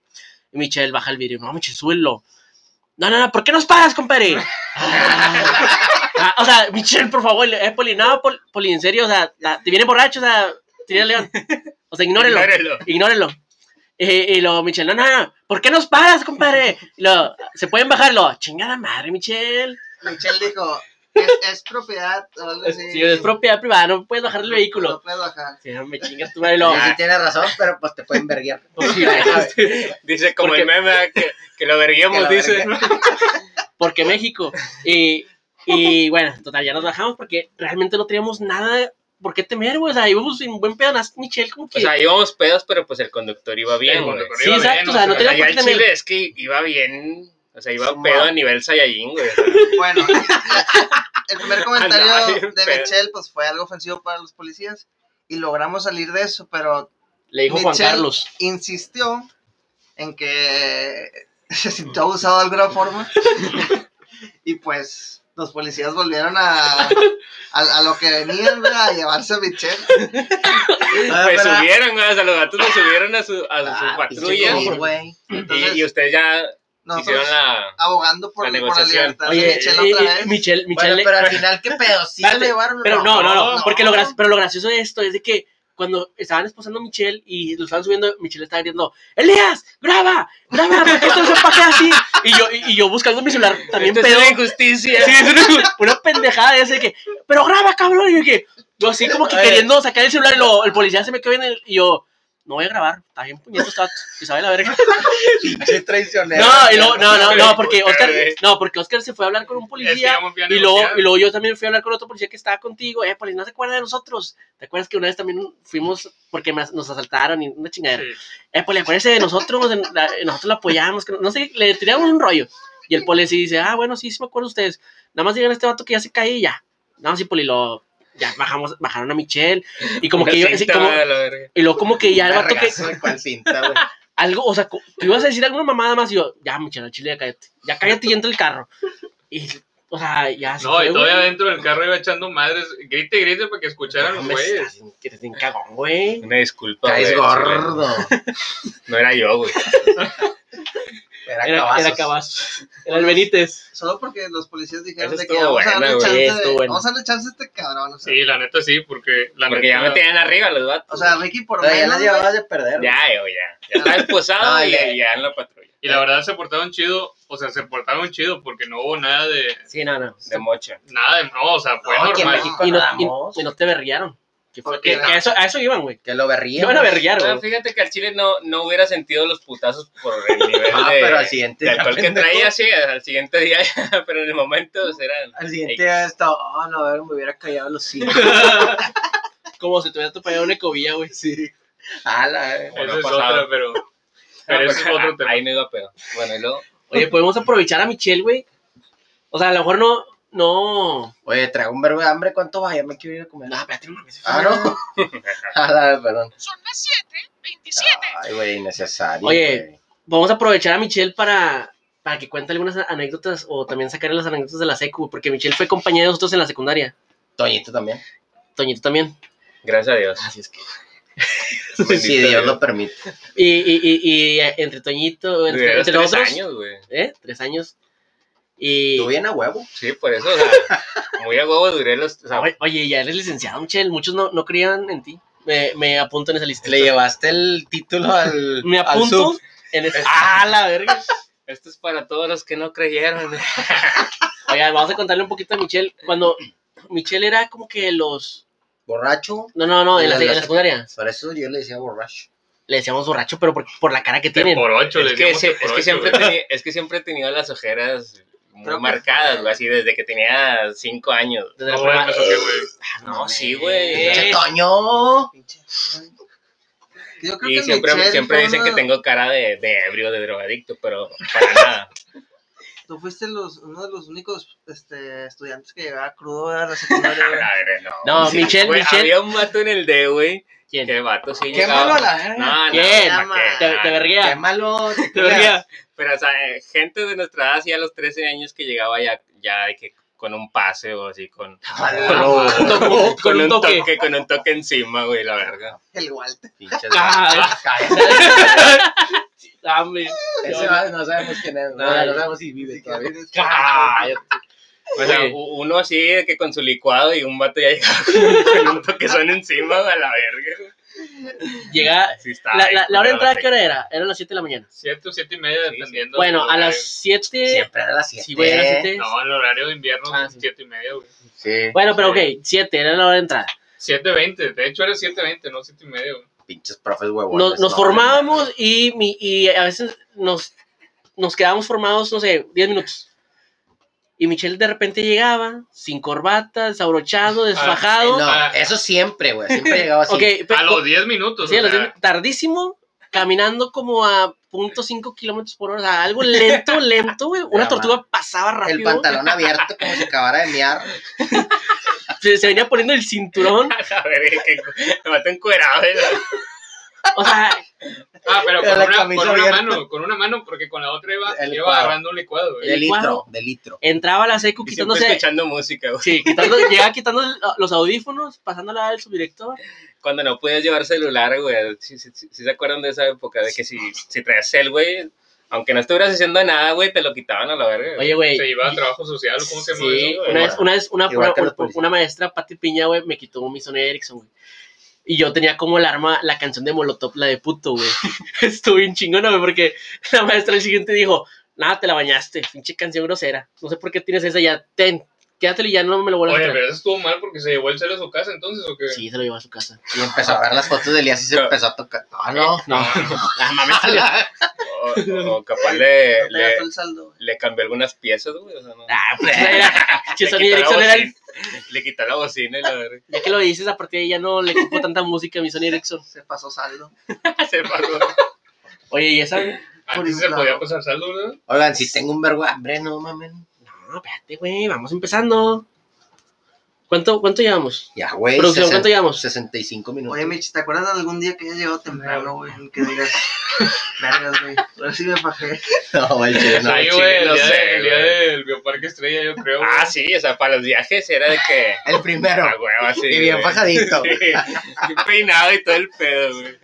[SPEAKER 1] Y Michelle baja el vidrio. No, Michelle, suelo. No, no, no, ¿por qué nos paras, compadre? Ah, o sea, eh, Michelle, por favor, es Poli. No, Pol- Poli, en serio, o sea, la- te viene borracho, o sea, tira león. O O sea, ignórelo.
[SPEAKER 4] Ignórelo.
[SPEAKER 1] Ignórelo. Y, y luego Michelle, no, no, no, ¿por qué nos paras, compadre? Y luego, ¿se pueden bajarlo? Chingada madre, Michelle.
[SPEAKER 5] Michelle dijo, es, es propiedad o algo así.
[SPEAKER 1] Si es propiedad privada, no puedes bajar el
[SPEAKER 5] No
[SPEAKER 1] vehículo.
[SPEAKER 5] puedo bajar.
[SPEAKER 1] Si no me chingas tu madre, y luego,
[SPEAKER 2] Sí, sí tienes razón, pero pues te pueden verguiar.
[SPEAKER 3] Dice como
[SPEAKER 1] Porque-
[SPEAKER 3] el meme ¿verdad? que, que lo
[SPEAKER 2] Que
[SPEAKER 3] verguemos,
[SPEAKER 2] la
[SPEAKER 3] dice.
[SPEAKER 1] porque México. Y, y bueno, total, ya nos bajamos porque realmente no teníamos nada por qué temer, güey. O sea, íbamos sin buen pedo, nada, Michelle como que...
[SPEAKER 3] O sea, íbamos pedos, pero pues el conductor iba bien,
[SPEAKER 4] El
[SPEAKER 3] güey.
[SPEAKER 4] conductor
[SPEAKER 1] sí,
[SPEAKER 4] iba bien,
[SPEAKER 1] exacto, o sea,
[SPEAKER 4] o
[SPEAKER 1] no
[SPEAKER 4] sea,
[SPEAKER 1] teníamos
[SPEAKER 3] Allá
[SPEAKER 1] por qué
[SPEAKER 3] el
[SPEAKER 1] temer.
[SPEAKER 3] Chile es que iba bien, o sea, iba
[SPEAKER 2] Sí,
[SPEAKER 3] pedo
[SPEAKER 2] ma.
[SPEAKER 3] a nivel Saiyajin, güey.
[SPEAKER 5] Bueno, el primer
[SPEAKER 3] Andaba
[SPEAKER 5] comentario
[SPEAKER 3] bien
[SPEAKER 5] de
[SPEAKER 3] pedo.
[SPEAKER 5] Michelle pues fue algo ofensivo para los policías y logramos salir de eso, pero
[SPEAKER 1] Le dijo Juan
[SPEAKER 5] Michelle-
[SPEAKER 1] Carlos.
[SPEAKER 5] insistió en que se sintió abusado de alguna forma y pues los policías volvieron a, a, a lo que venían ¿verdad? a llevarse a Michelle.
[SPEAKER 1] Ah,
[SPEAKER 3] Pues subieron, güey, o sea, los gatos los subieron a su, a su patrulla.
[SPEAKER 2] Sí, güey.
[SPEAKER 5] pues, Entonces,
[SPEAKER 3] y, y ustedes ya
[SPEAKER 1] pues,
[SPEAKER 5] nosotros
[SPEAKER 3] hicieron la...
[SPEAKER 5] abogando por
[SPEAKER 3] la
[SPEAKER 5] por la,
[SPEAKER 3] negociación.
[SPEAKER 5] libertad de
[SPEAKER 1] Oye,
[SPEAKER 5] Michelle
[SPEAKER 1] y-
[SPEAKER 5] otra
[SPEAKER 1] y-
[SPEAKER 5] vez.
[SPEAKER 1] Michelle, Michelle...
[SPEAKER 2] Bueno, pero al final, ¿qué pedo? ¿Sí se
[SPEAKER 1] Espérate,
[SPEAKER 2] lo llevaron? o
[SPEAKER 1] Pero no, no, no,
[SPEAKER 5] no,
[SPEAKER 1] porque
[SPEAKER 5] no.
[SPEAKER 1] lo, gra- pero lo gracioso de esto es de que cuando estaban esposando a Michelle y lo estaban subiendo, Michelle estaba gritando, Elías, graba, graba, ¿por qué estás para acá así? Y yo, y, y yo buscando mi celular también,
[SPEAKER 3] Esto Este es
[SPEAKER 1] pero...
[SPEAKER 3] una injusticia.
[SPEAKER 1] Sí, es una, una pendejada de ese de que, pero graba, cabrón, y yo que, yo así como que
[SPEAKER 2] Oye.
[SPEAKER 1] queriendo sacar el celular y lo- el policía se me quedó en el, y yo, no voy a grabar, está bien puñetos, está, que sabe la verga.
[SPEAKER 2] Pinche traicionero.
[SPEAKER 1] No, y luego, no, no, no, porque
[SPEAKER 4] Puta,
[SPEAKER 1] Oscar,
[SPEAKER 4] güey.
[SPEAKER 1] no, porque Oscar se fue a hablar con un
[SPEAKER 4] Es que
[SPEAKER 1] policía
[SPEAKER 4] íbamos bien
[SPEAKER 1] y luego,
[SPEAKER 4] negociados.
[SPEAKER 1] y luego yo también fui a hablar con otro policía que estaba contigo. Eh, policía, no se acuerda de nosotros. ¿Te acuerdas que una vez también fuimos porque me as- nos asaltaron y una chingadera?
[SPEAKER 4] Sí.
[SPEAKER 1] Eh, policía, acuérdese de nosotros, en la- eh, nosotros lo apoyamos. que no- no sé, le tiramos un rollo. Y el policía dice, ah, bueno, sí, sí me acuerdo de ustedes. Nada más digan a este vato que ya se cae y ya. Nada más y poli, lo- ya bajamos, bajaron a Michelle. Y como
[SPEAKER 3] Una
[SPEAKER 1] que yo,
[SPEAKER 3] cinta,
[SPEAKER 1] así como,
[SPEAKER 3] a la verga.
[SPEAKER 1] y luego como que ya el vato que,
[SPEAKER 2] Vergazo de cual cinta, güey.
[SPEAKER 1] algo, o sea, co- tú ibas a decir alguna mamada más y yo, ya, Michelle, al chile, ya cállate. Ya cállate y entra el carro. Y, o sea, ya. se
[SPEAKER 4] No,
[SPEAKER 1] fue,
[SPEAKER 4] y
[SPEAKER 1] Ah, güey.
[SPEAKER 4] todavía dentro del carro iba echando madres. Grite, grite para que escucharan
[SPEAKER 1] No
[SPEAKER 4] los
[SPEAKER 1] me
[SPEAKER 4] güeyes.
[SPEAKER 1] estás- Que te den cagón, güey.
[SPEAKER 3] Una disculpa,
[SPEAKER 2] Caes
[SPEAKER 3] güey,
[SPEAKER 2] gordo.
[SPEAKER 3] No era yo, güey.
[SPEAKER 1] Era,
[SPEAKER 2] Era,
[SPEAKER 1] era
[SPEAKER 2] cabazos.
[SPEAKER 1] Cavazos. Era el Benítez.
[SPEAKER 5] Solo porque los policías dijeron
[SPEAKER 3] Eso
[SPEAKER 5] de que
[SPEAKER 3] estuvo
[SPEAKER 5] vamos, a darle
[SPEAKER 3] buena, güey,
[SPEAKER 5] chance de-
[SPEAKER 1] estuvo buena.
[SPEAKER 5] vamos a darle chance a este cabrón. O sea,
[SPEAKER 4] Sí, la neta sí, porque la
[SPEAKER 3] Porque ya
[SPEAKER 4] neta.
[SPEAKER 3] me tenían arriba los vatos.
[SPEAKER 5] o sea, Ricky por
[SPEAKER 2] No, ya
[SPEAKER 5] menos.
[SPEAKER 2] la
[SPEAKER 5] güey.
[SPEAKER 2] llevabas de perder. güey.
[SPEAKER 3] ya, yo, ya. Ya estaba esposado
[SPEAKER 2] No,
[SPEAKER 3] y
[SPEAKER 2] ya.
[SPEAKER 3] y ya en la patrulla.
[SPEAKER 4] Y la verdad se portaron chido. O sea, se portaron chido porque no hubo nada de.
[SPEAKER 1] Sí, no, no.
[SPEAKER 3] De mocha.
[SPEAKER 4] Nada de. No, o sea, fue
[SPEAKER 2] No, que en
[SPEAKER 4] normal.
[SPEAKER 2] México
[SPEAKER 1] Y no,
[SPEAKER 2] nada más.
[SPEAKER 1] y, y no te berriaron. Que fue-
[SPEAKER 5] Porque
[SPEAKER 1] que- que a, eso, a eso iban, güey.
[SPEAKER 2] Que lo
[SPEAKER 1] Te
[SPEAKER 2] berrían.
[SPEAKER 1] iban a berriar,
[SPEAKER 3] Pero
[SPEAKER 1] güey.
[SPEAKER 3] fíjate que al Chile no, no hubiera sentido los putazos por el nivel
[SPEAKER 2] Ah,
[SPEAKER 3] de,
[SPEAKER 2] pero al siguiente
[SPEAKER 3] de
[SPEAKER 2] día,
[SPEAKER 3] alcohol que
[SPEAKER 2] pendejo.
[SPEAKER 3] traía, sí, al siguiente día, pero en el momento pues, eran...
[SPEAKER 2] Al siguiente día estaba, oh, no, a ver, me hubiera callado los cinco.
[SPEAKER 1] Como si te hubiera topado una cobilla, güey. Sí.
[SPEAKER 2] Ala, eh.
[SPEAKER 3] Bueno,
[SPEAKER 4] Eso es
[SPEAKER 3] pasado.
[SPEAKER 4] otra, pero. Pero
[SPEAKER 3] Ah,
[SPEAKER 4] ese es
[SPEAKER 3] pues,
[SPEAKER 4] otro tema.
[SPEAKER 3] Ahí no iba pedo. Bueno, y luego...
[SPEAKER 1] Oye, podemos aprovechar a Michelle, güey. O sea, a lo mejor no. No.
[SPEAKER 2] Oye, traigo un verbo de hambre, ¿cuánto vaya? Me quiero ir a comer.
[SPEAKER 1] No, espérate, no mames.
[SPEAKER 2] Ah, no. Ala, perdón.
[SPEAKER 6] Son las 7, 27.
[SPEAKER 2] Ay, güey, innecesario.
[SPEAKER 1] Oye.
[SPEAKER 2] güey.
[SPEAKER 1] vamos a aprovechar a Michelle para, para que cuente algunas anécdotas o también sacar las anécdotas de la secu, porque Michelle fue compañera de nosotros en la secundaria.
[SPEAKER 2] Toñito también.
[SPEAKER 1] Toñito también.
[SPEAKER 3] Gracias a Dios.
[SPEAKER 1] Así es que.
[SPEAKER 2] Si
[SPEAKER 3] Bendito
[SPEAKER 2] Dios lo permite.
[SPEAKER 1] Y, y, y, y, eh, entre Toñito, entre,
[SPEAKER 3] Tuvieras
[SPEAKER 1] entre
[SPEAKER 3] tres
[SPEAKER 1] nosotros.
[SPEAKER 3] años, güey.
[SPEAKER 1] ¿Eh? Tres años. Y.
[SPEAKER 2] Tú bien a huevo.
[SPEAKER 3] Sí, por eso, o sea, muy a huevo duré los... O sea,
[SPEAKER 1] Oye, Oye, ya eres licenciado, Michelle. Muchos no, no creían en ti. Me, me apunto en esa lista.
[SPEAKER 2] Le llevaste el título al.
[SPEAKER 1] Me
[SPEAKER 2] al
[SPEAKER 1] apunto
[SPEAKER 2] sub.
[SPEAKER 1] en esa. ¡Ah, la verga!
[SPEAKER 3] esto es para todos los que no creyeron.
[SPEAKER 1] Oigan, vamos a contarle un poquito a Michelle. Cuando Michelle era como que los.
[SPEAKER 2] Borracho.
[SPEAKER 1] No, no, no, en la,
[SPEAKER 2] La- la-
[SPEAKER 1] en la secundaria.
[SPEAKER 2] Por eso yo le decía borracho.
[SPEAKER 1] Le decíamos borracho, pero por, por la cara que
[SPEAKER 4] Te
[SPEAKER 1] tienen.
[SPEAKER 4] por ocho,
[SPEAKER 3] es,
[SPEAKER 4] le
[SPEAKER 3] que
[SPEAKER 4] dimos
[SPEAKER 3] se-
[SPEAKER 4] te
[SPEAKER 3] es
[SPEAKER 4] por
[SPEAKER 3] que
[SPEAKER 4] ocho,
[SPEAKER 3] siempre
[SPEAKER 4] güey.
[SPEAKER 3] tenía- es que siempre he tenido las ojeras
[SPEAKER 5] Creo
[SPEAKER 3] muy
[SPEAKER 5] que-
[SPEAKER 3] marcadas, güey, así desde que tenía cinco años.
[SPEAKER 1] Desde la
[SPEAKER 4] No,
[SPEAKER 1] prueba-
[SPEAKER 4] bueno, eso qué, güey.
[SPEAKER 1] Ah,
[SPEAKER 3] No,
[SPEAKER 1] mames.
[SPEAKER 3] sí, güey.
[SPEAKER 2] ¡Pinche Toño!
[SPEAKER 5] Pinche, güey. Yo creo
[SPEAKER 3] Y
[SPEAKER 5] que
[SPEAKER 3] siempre,
[SPEAKER 5] Michelle
[SPEAKER 3] siempre
[SPEAKER 5] fue
[SPEAKER 3] dicen que
[SPEAKER 5] una-
[SPEAKER 3] tengo cara de, de ebrio, de drogadicto, pero para nada.
[SPEAKER 5] Tú fuiste los, uno de los únicos este, estudiantes que llegaba crudo a la secundaria. güey.
[SPEAKER 3] Madre, no.
[SPEAKER 1] No, Michelle,
[SPEAKER 3] Güey,
[SPEAKER 1] Michelle.
[SPEAKER 3] Había un vato en el D, güey. Que
[SPEAKER 1] ¿Quién?
[SPEAKER 3] el vato sí
[SPEAKER 2] ¡Qué
[SPEAKER 3] llegaba.
[SPEAKER 2] malo a la verga!
[SPEAKER 3] No, no,
[SPEAKER 1] ¿Quién?
[SPEAKER 3] no, ¿pa' qué?
[SPEAKER 1] Te, te
[SPEAKER 3] No,
[SPEAKER 2] ¡Qué
[SPEAKER 1] verguea.
[SPEAKER 2] malo! te
[SPEAKER 1] Te
[SPEAKER 2] cuidas.
[SPEAKER 1] verguea.
[SPEAKER 3] Pero, o sea, eh, gente de nuestra edad, así a los 13 años que llegaba ya, ya de que con un pase o así, con,
[SPEAKER 2] ¡Jalo!
[SPEAKER 1] Con, con un toque.
[SPEAKER 3] con un toque encima, güey, la verga.
[SPEAKER 5] El Walter.
[SPEAKER 2] Pinches-
[SPEAKER 1] Ah,
[SPEAKER 2] Cállate.
[SPEAKER 1] Dame.
[SPEAKER 2] Ese va- no sabemos quién es. No,
[SPEAKER 1] Ay.
[SPEAKER 2] no sabemos si vive todavía.
[SPEAKER 1] Cállate.
[SPEAKER 3] O sea,
[SPEAKER 1] Oye.
[SPEAKER 3] u- uno así de que con su licuado y un vato ya llegaba con un toque son encima, güey, a la verga.
[SPEAKER 1] Llegaba.
[SPEAKER 3] Sí está
[SPEAKER 1] La,
[SPEAKER 3] ahí,
[SPEAKER 1] la- la hora de
[SPEAKER 3] culero,
[SPEAKER 1] entrada,
[SPEAKER 3] la
[SPEAKER 1] ¿qué hora era? Eran las 7 de la mañana.
[SPEAKER 4] Siete o siete y media,
[SPEAKER 3] Sí, sí.
[SPEAKER 4] dependiendo.
[SPEAKER 1] Bueno,
[SPEAKER 4] del
[SPEAKER 1] a
[SPEAKER 4] horario.
[SPEAKER 1] las 7.
[SPEAKER 2] Siempre a las 7.
[SPEAKER 1] Sí, güey, a las 7.
[SPEAKER 4] No, el horario de invierno
[SPEAKER 1] Ah,
[SPEAKER 4] es
[SPEAKER 1] sí.
[SPEAKER 4] siete y media, güey.
[SPEAKER 3] Sí.
[SPEAKER 1] Bueno, pero
[SPEAKER 3] Sí.
[SPEAKER 1] ok, 7 era la hora de entrada.
[SPEAKER 4] Siete veinte, de hecho era siete veinte, no siete y media, güey.
[SPEAKER 2] Pinches profes huevones.
[SPEAKER 1] Nos, nos
[SPEAKER 2] pues no,
[SPEAKER 1] formábamos y, mi- y a veces nos, nos quedábamos formados, no sé, 10 minutos. Y Michelle de repente llegaba, sin corbata, desabrochado, desfajado.
[SPEAKER 2] Eh, No, eso siempre, güey. Siempre llegaba así.
[SPEAKER 1] ok,
[SPEAKER 4] A
[SPEAKER 1] pero-
[SPEAKER 4] Ah, los diez minutos.
[SPEAKER 1] Sí,
[SPEAKER 4] o
[SPEAKER 1] a los
[SPEAKER 4] sea,
[SPEAKER 1] diez- tardísimo, caminando como a .5 kilómetros por hora, o sea, algo lento, lento, güey. Una
[SPEAKER 2] Ya,
[SPEAKER 1] tortuga pasaba rápido.
[SPEAKER 2] el pantalón abierto como si acabara de mear.
[SPEAKER 1] Se, se venía poniendo el cinturón,
[SPEAKER 3] A ver, es que me mató encuerado. ¿eh?
[SPEAKER 1] o sea,
[SPEAKER 4] Ah, pero
[SPEAKER 2] Con
[SPEAKER 4] con
[SPEAKER 2] la
[SPEAKER 4] una,
[SPEAKER 2] camisa
[SPEAKER 4] con una
[SPEAKER 2] abierta.
[SPEAKER 4] mano, con una mano, porque con la otra iba,
[SPEAKER 2] El
[SPEAKER 4] iba
[SPEAKER 2] licuado.
[SPEAKER 4] agarrando un licuado, güey.
[SPEAKER 2] De
[SPEAKER 1] licuado.
[SPEAKER 2] litro, de litro.
[SPEAKER 1] entraba a la secu
[SPEAKER 3] Y siempre
[SPEAKER 1] quitándose,
[SPEAKER 3] escuchando música, güey.
[SPEAKER 1] sí, quitando, llegaba quitando lo- los audífonos, pasándola al subdirector.
[SPEAKER 3] Cuando no podías llevar celular, güey. Si se acuerdan de esa época de que si, si traías cel, güey, aunque no estuvieras haciendo nada, güey, te lo quitaban a la verga.
[SPEAKER 1] Oye, güey.
[SPEAKER 4] Se iba a trabajo social, ¿cómo se llama
[SPEAKER 1] Sí,
[SPEAKER 4] eso, güey?
[SPEAKER 1] una vez, una vez, una,
[SPEAKER 2] Igual que
[SPEAKER 1] una-
[SPEAKER 2] los policías.
[SPEAKER 1] una maestra, Pati Piña, güey, me quitó mi Sony Ericsson, güey. Y yo tenía como alarma la canción de Molotov, la de puto, güey. Estuve bien chingona, güey, porque la maestra el siguiente dijo, nada, te la bañaste, pinche canción grosera. No sé por qué tienes esa ya, ten, quédatelo y ya no me lo vuelvas a
[SPEAKER 4] Oye,
[SPEAKER 1] traer.
[SPEAKER 4] pero eso estuvo mal porque se llevó el cel a su casa entonces, ¿o qué?
[SPEAKER 1] Sí, se lo llevó a su casa.
[SPEAKER 2] Y empezó a ver las fotos de Elías y se
[SPEAKER 3] No.
[SPEAKER 2] empezó a tocar. Ah, no.
[SPEAKER 1] No, la mames, salió.
[SPEAKER 3] O, o capaz le,
[SPEAKER 5] le
[SPEAKER 3] le,
[SPEAKER 5] gastó el saldo, güey.
[SPEAKER 3] le cambió algunas piezas, güey. O sea, no.
[SPEAKER 1] Ah, pues esa era, pinche
[SPEAKER 3] Le
[SPEAKER 1] Sony
[SPEAKER 3] quitó la
[SPEAKER 1] Ericsson era el-
[SPEAKER 3] bocina- le quitó la bocina y la verga.
[SPEAKER 1] ya que lo dices, a partir de ahí ya no le ocupo tanta música a mi Sony Ericsson.
[SPEAKER 5] Se pasó saldo.
[SPEAKER 3] Se pagó.
[SPEAKER 1] Oye, y esa...
[SPEAKER 4] Antes se
[SPEAKER 5] inflado.
[SPEAKER 4] podía pasar saldo, ¿verdad?
[SPEAKER 2] Oigan, si tengo un vergo de hambre, no mamen.
[SPEAKER 1] No, espérate, güey, vamos empezando. ¿Cuánto, cuánto llevamos?
[SPEAKER 2] Ya, güey.
[SPEAKER 1] Producción, ¿cuánto
[SPEAKER 2] 60
[SPEAKER 1] llevamos?
[SPEAKER 2] 65 minutos.
[SPEAKER 5] Oye, Michi, ¿te acuerdas de algún día que ya llegó temprano, güey? Que digas, vergas, güey. Ahora sí me fajé.
[SPEAKER 2] No, el chile, no.
[SPEAKER 3] Ay,
[SPEAKER 4] Ahí,
[SPEAKER 3] chile,
[SPEAKER 4] güey, el
[SPEAKER 3] no
[SPEAKER 4] día,
[SPEAKER 3] sé,
[SPEAKER 4] de- el día
[SPEAKER 3] güey.
[SPEAKER 4] del Bioparque Estrella, yo creo. güey.
[SPEAKER 3] Ah, sí, o sea, para los viajes era de que.
[SPEAKER 2] El primero.
[SPEAKER 4] Ah,
[SPEAKER 3] A huevo, así.
[SPEAKER 2] y bien
[SPEAKER 3] güey.
[SPEAKER 2] fajadito.
[SPEAKER 3] Sí, bien peinado y todo el pedo, güey.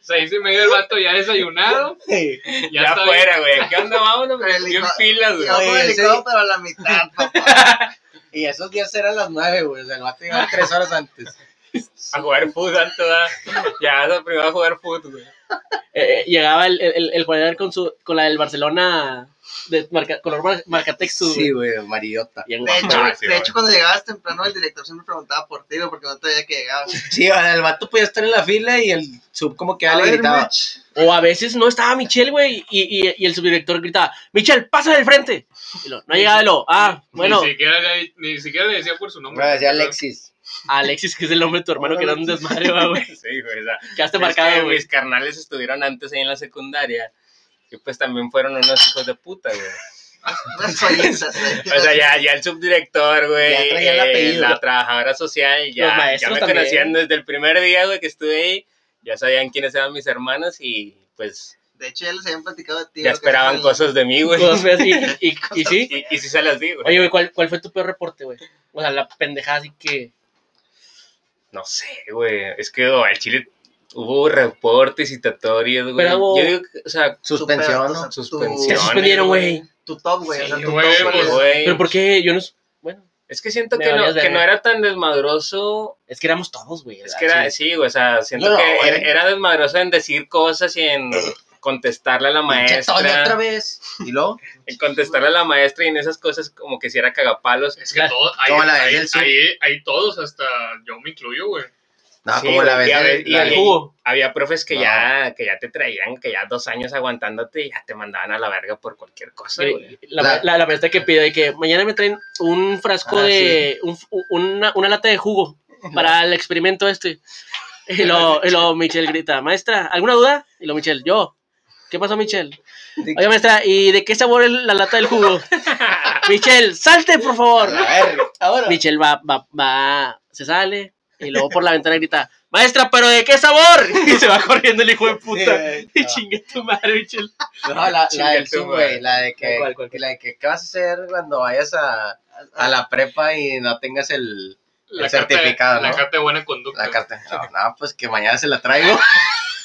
[SPEAKER 4] Seis y media el vato ya desayunado.
[SPEAKER 2] Sí.
[SPEAKER 3] Ya
[SPEAKER 4] Ya, está
[SPEAKER 3] afuera, güey. ¿Qué onda? Vámonos,
[SPEAKER 5] Pero el
[SPEAKER 3] bien
[SPEAKER 5] hijo-
[SPEAKER 3] filas, güey.
[SPEAKER 5] Yo con el
[SPEAKER 2] ese-
[SPEAKER 5] licuado, pero a la mitad, papá.
[SPEAKER 2] Y esos días eran las 9, güey. O sea, el vato iba tres horas antes.
[SPEAKER 3] A jugar fútbol, santo, da. Ya, la primera a jugar fútbol, güey.
[SPEAKER 1] Eh, eh, llegaba el, el, el jugador con, su, con la del Barcelona de marca, color mar- marcatexto.
[SPEAKER 2] Sí,
[SPEAKER 1] Sí,
[SPEAKER 2] güey, mariota.
[SPEAKER 1] Bien
[SPEAKER 5] De
[SPEAKER 1] guapo.
[SPEAKER 5] hecho,
[SPEAKER 3] Ah, sí,
[SPEAKER 5] de
[SPEAKER 3] güey.
[SPEAKER 5] hecho, cuando llegabas temprano, el director siempre preguntaba por ti, güey, porque no te veía que llegabas.
[SPEAKER 2] Sí, o sea, el vato podía estar en la fila y el sub como que ya
[SPEAKER 5] A
[SPEAKER 2] le
[SPEAKER 5] ver,
[SPEAKER 2] gritaba.
[SPEAKER 5] Mitch.
[SPEAKER 1] O a veces no estaba Michelle, güey, y, y, y el subdirector gritaba, Michelle, pasa del frente. Y lo, no llegaba de lo, ah, bueno,
[SPEAKER 4] Ni siquiera, le, ni siquiera le decía por su nombre.
[SPEAKER 2] Me decía Alexis.
[SPEAKER 1] Alexis, que es el nombre de tu hermano, que era un desmadre, va, Ah, güey.
[SPEAKER 3] Sí, güey. O sea,
[SPEAKER 1] Quedaste
[SPEAKER 3] es que
[SPEAKER 1] marcado, güey.
[SPEAKER 3] mis carnales estuvieron antes ahí en la secundaria. Que pues también fueron unos hijos de puta, güey.
[SPEAKER 5] Unas joyitas, güey.
[SPEAKER 3] O sea, ya, ya el subdirector, güey. eh,
[SPEAKER 2] Ya traía el apellido.
[SPEAKER 3] la trabajadora social, ya,
[SPEAKER 1] Los maestros
[SPEAKER 3] ya me
[SPEAKER 1] también.
[SPEAKER 3] conocían desde el primer día, güey, que estuve ahí. Ya sabían quiénes eran mis hermanos y pues
[SPEAKER 5] De hecho, ya les habían platicado de ti.
[SPEAKER 3] ya
[SPEAKER 5] lo que
[SPEAKER 3] esperaban
[SPEAKER 5] hacen en-
[SPEAKER 3] cosas de mí, güey.
[SPEAKER 1] Dos veces, y, y, y, y sí.
[SPEAKER 3] Y, y sí se las di, güey.
[SPEAKER 1] Oye, güey, ¿cuál, ¿cuál fue tu peor reporte, güey? O sea, la pendejada así que...
[SPEAKER 3] No sé, güey. Es que oh, al Chile hubo reportes citatorios, güey.
[SPEAKER 1] Pero hubo-
[SPEAKER 3] Yo digo, que, o sea,
[SPEAKER 2] Suspensión,
[SPEAKER 5] o sea,
[SPEAKER 2] ¿no?
[SPEAKER 5] tu-
[SPEAKER 1] Te
[SPEAKER 3] Suspensión.
[SPEAKER 1] suspendieron, güey.
[SPEAKER 5] Tu top, güey. o sea,
[SPEAKER 4] Sí,
[SPEAKER 5] tu
[SPEAKER 4] güey,
[SPEAKER 5] top,
[SPEAKER 4] pues,
[SPEAKER 5] güey.
[SPEAKER 3] güey.
[SPEAKER 1] Pero ¿por qué? Yo no... s- Bueno,
[SPEAKER 3] Es que siento
[SPEAKER 1] Me
[SPEAKER 3] que no,
[SPEAKER 1] valías
[SPEAKER 3] que no
[SPEAKER 1] verga.
[SPEAKER 3] era tan desmadroso.
[SPEAKER 1] es que éramos todos, güey.
[SPEAKER 3] Es
[SPEAKER 1] la
[SPEAKER 3] que era,
[SPEAKER 1] chingada.
[SPEAKER 3] sí, güey, o sea, siento
[SPEAKER 2] No,
[SPEAKER 3] que
[SPEAKER 2] güey.
[SPEAKER 3] era, era desmadroso en decir cosas y en contestarle a la
[SPEAKER 2] Pinche Toño otra
[SPEAKER 3] maestra.
[SPEAKER 2] vez. ¿Y luego?
[SPEAKER 3] En contestarle a la maestra y en esas cosas como que si era cagapalos.
[SPEAKER 4] Es que
[SPEAKER 1] Claro.
[SPEAKER 4] todos, ahí,
[SPEAKER 2] Como la de
[SPEAKER 4] ahí,
[SPEAKER 2] Nelson.
[SPEAKER 4] ahí- ahí todos, hasta yo me incluyo, güey.
[SPEAKER 2] No,
[SPEAKER 3] Sí,
[SPEAKER 2] como la
[SPEAKER 3] güey,
[SPEAKER 2] vez.
[SPEAKER 3] y a
[SPEAKER 2] de-
[SPEAKER 3] ver, y
[SPEAKER 2] la-
[SPEAKER 1] El jugo.
[SPEAKER 3] Había profes que
[SPEAKER 2] No.
[SPEAKER 3] ya que ya te traían, que ya dos años aguantándote y ya te mandaban a la verga por cualquier cosa, güey.
[SPEAKER 1] La,
[SPEAKER 2] La-
[SPEAKER 1] la, la maestra que pide de que mañana me traen un frasco
[SPEAKER 2] Ah,
[SPEAKER 1] de. un- un- una, una lata de jugo para el experimento este. Y lo, y lo Michelle grita, maestra, ¿alguna duda? Y lo Michelle, yo. ¿Qué pasó, Michelle?
[SPEAKER 2] De-
[SPEAKER 1] Oye, maestra, ¿y de qué sabor es la lata del jugo? Michelle, salte, por favor.
[SPEAKER 2] A ver, ahora.
[SPEAKER 1] Michelle va, va, va, se sale. Y luego por la ventana grita, maestra, ¿pero de qué sabor? Y se va corriendo el hijo de puta.
[SPEAKER 2] Sí,
[SPEAKER 1] Y
[SPEAKER 2] no.
[SPEAKER 1] chingue tu madre, Michelle.
[SPEAKER 2] No, la, la del
[SPEAKER 3] Chinga tu
[SPEAKER 2] sub, güey,
[SPEAKER 3] madre.
[SPEAKER 2] la de que,
[SPEAKER 1] ¿Cuál, cuál, cuál?
[SPEAKER 2] la de que, ¿qué vas a hacer cuando vayas a, a la prepa y no tengas el, el
[SPEAKER 4] carta de-
[SPEAKER 2] certificado,
[SPEAKER 4] La
[SPEAKER 2] ¿no?
[SPEAKER 4] carta de buena conducta.
[SPEAKER 2] la carta? No, no, pues que mañana se la traigo.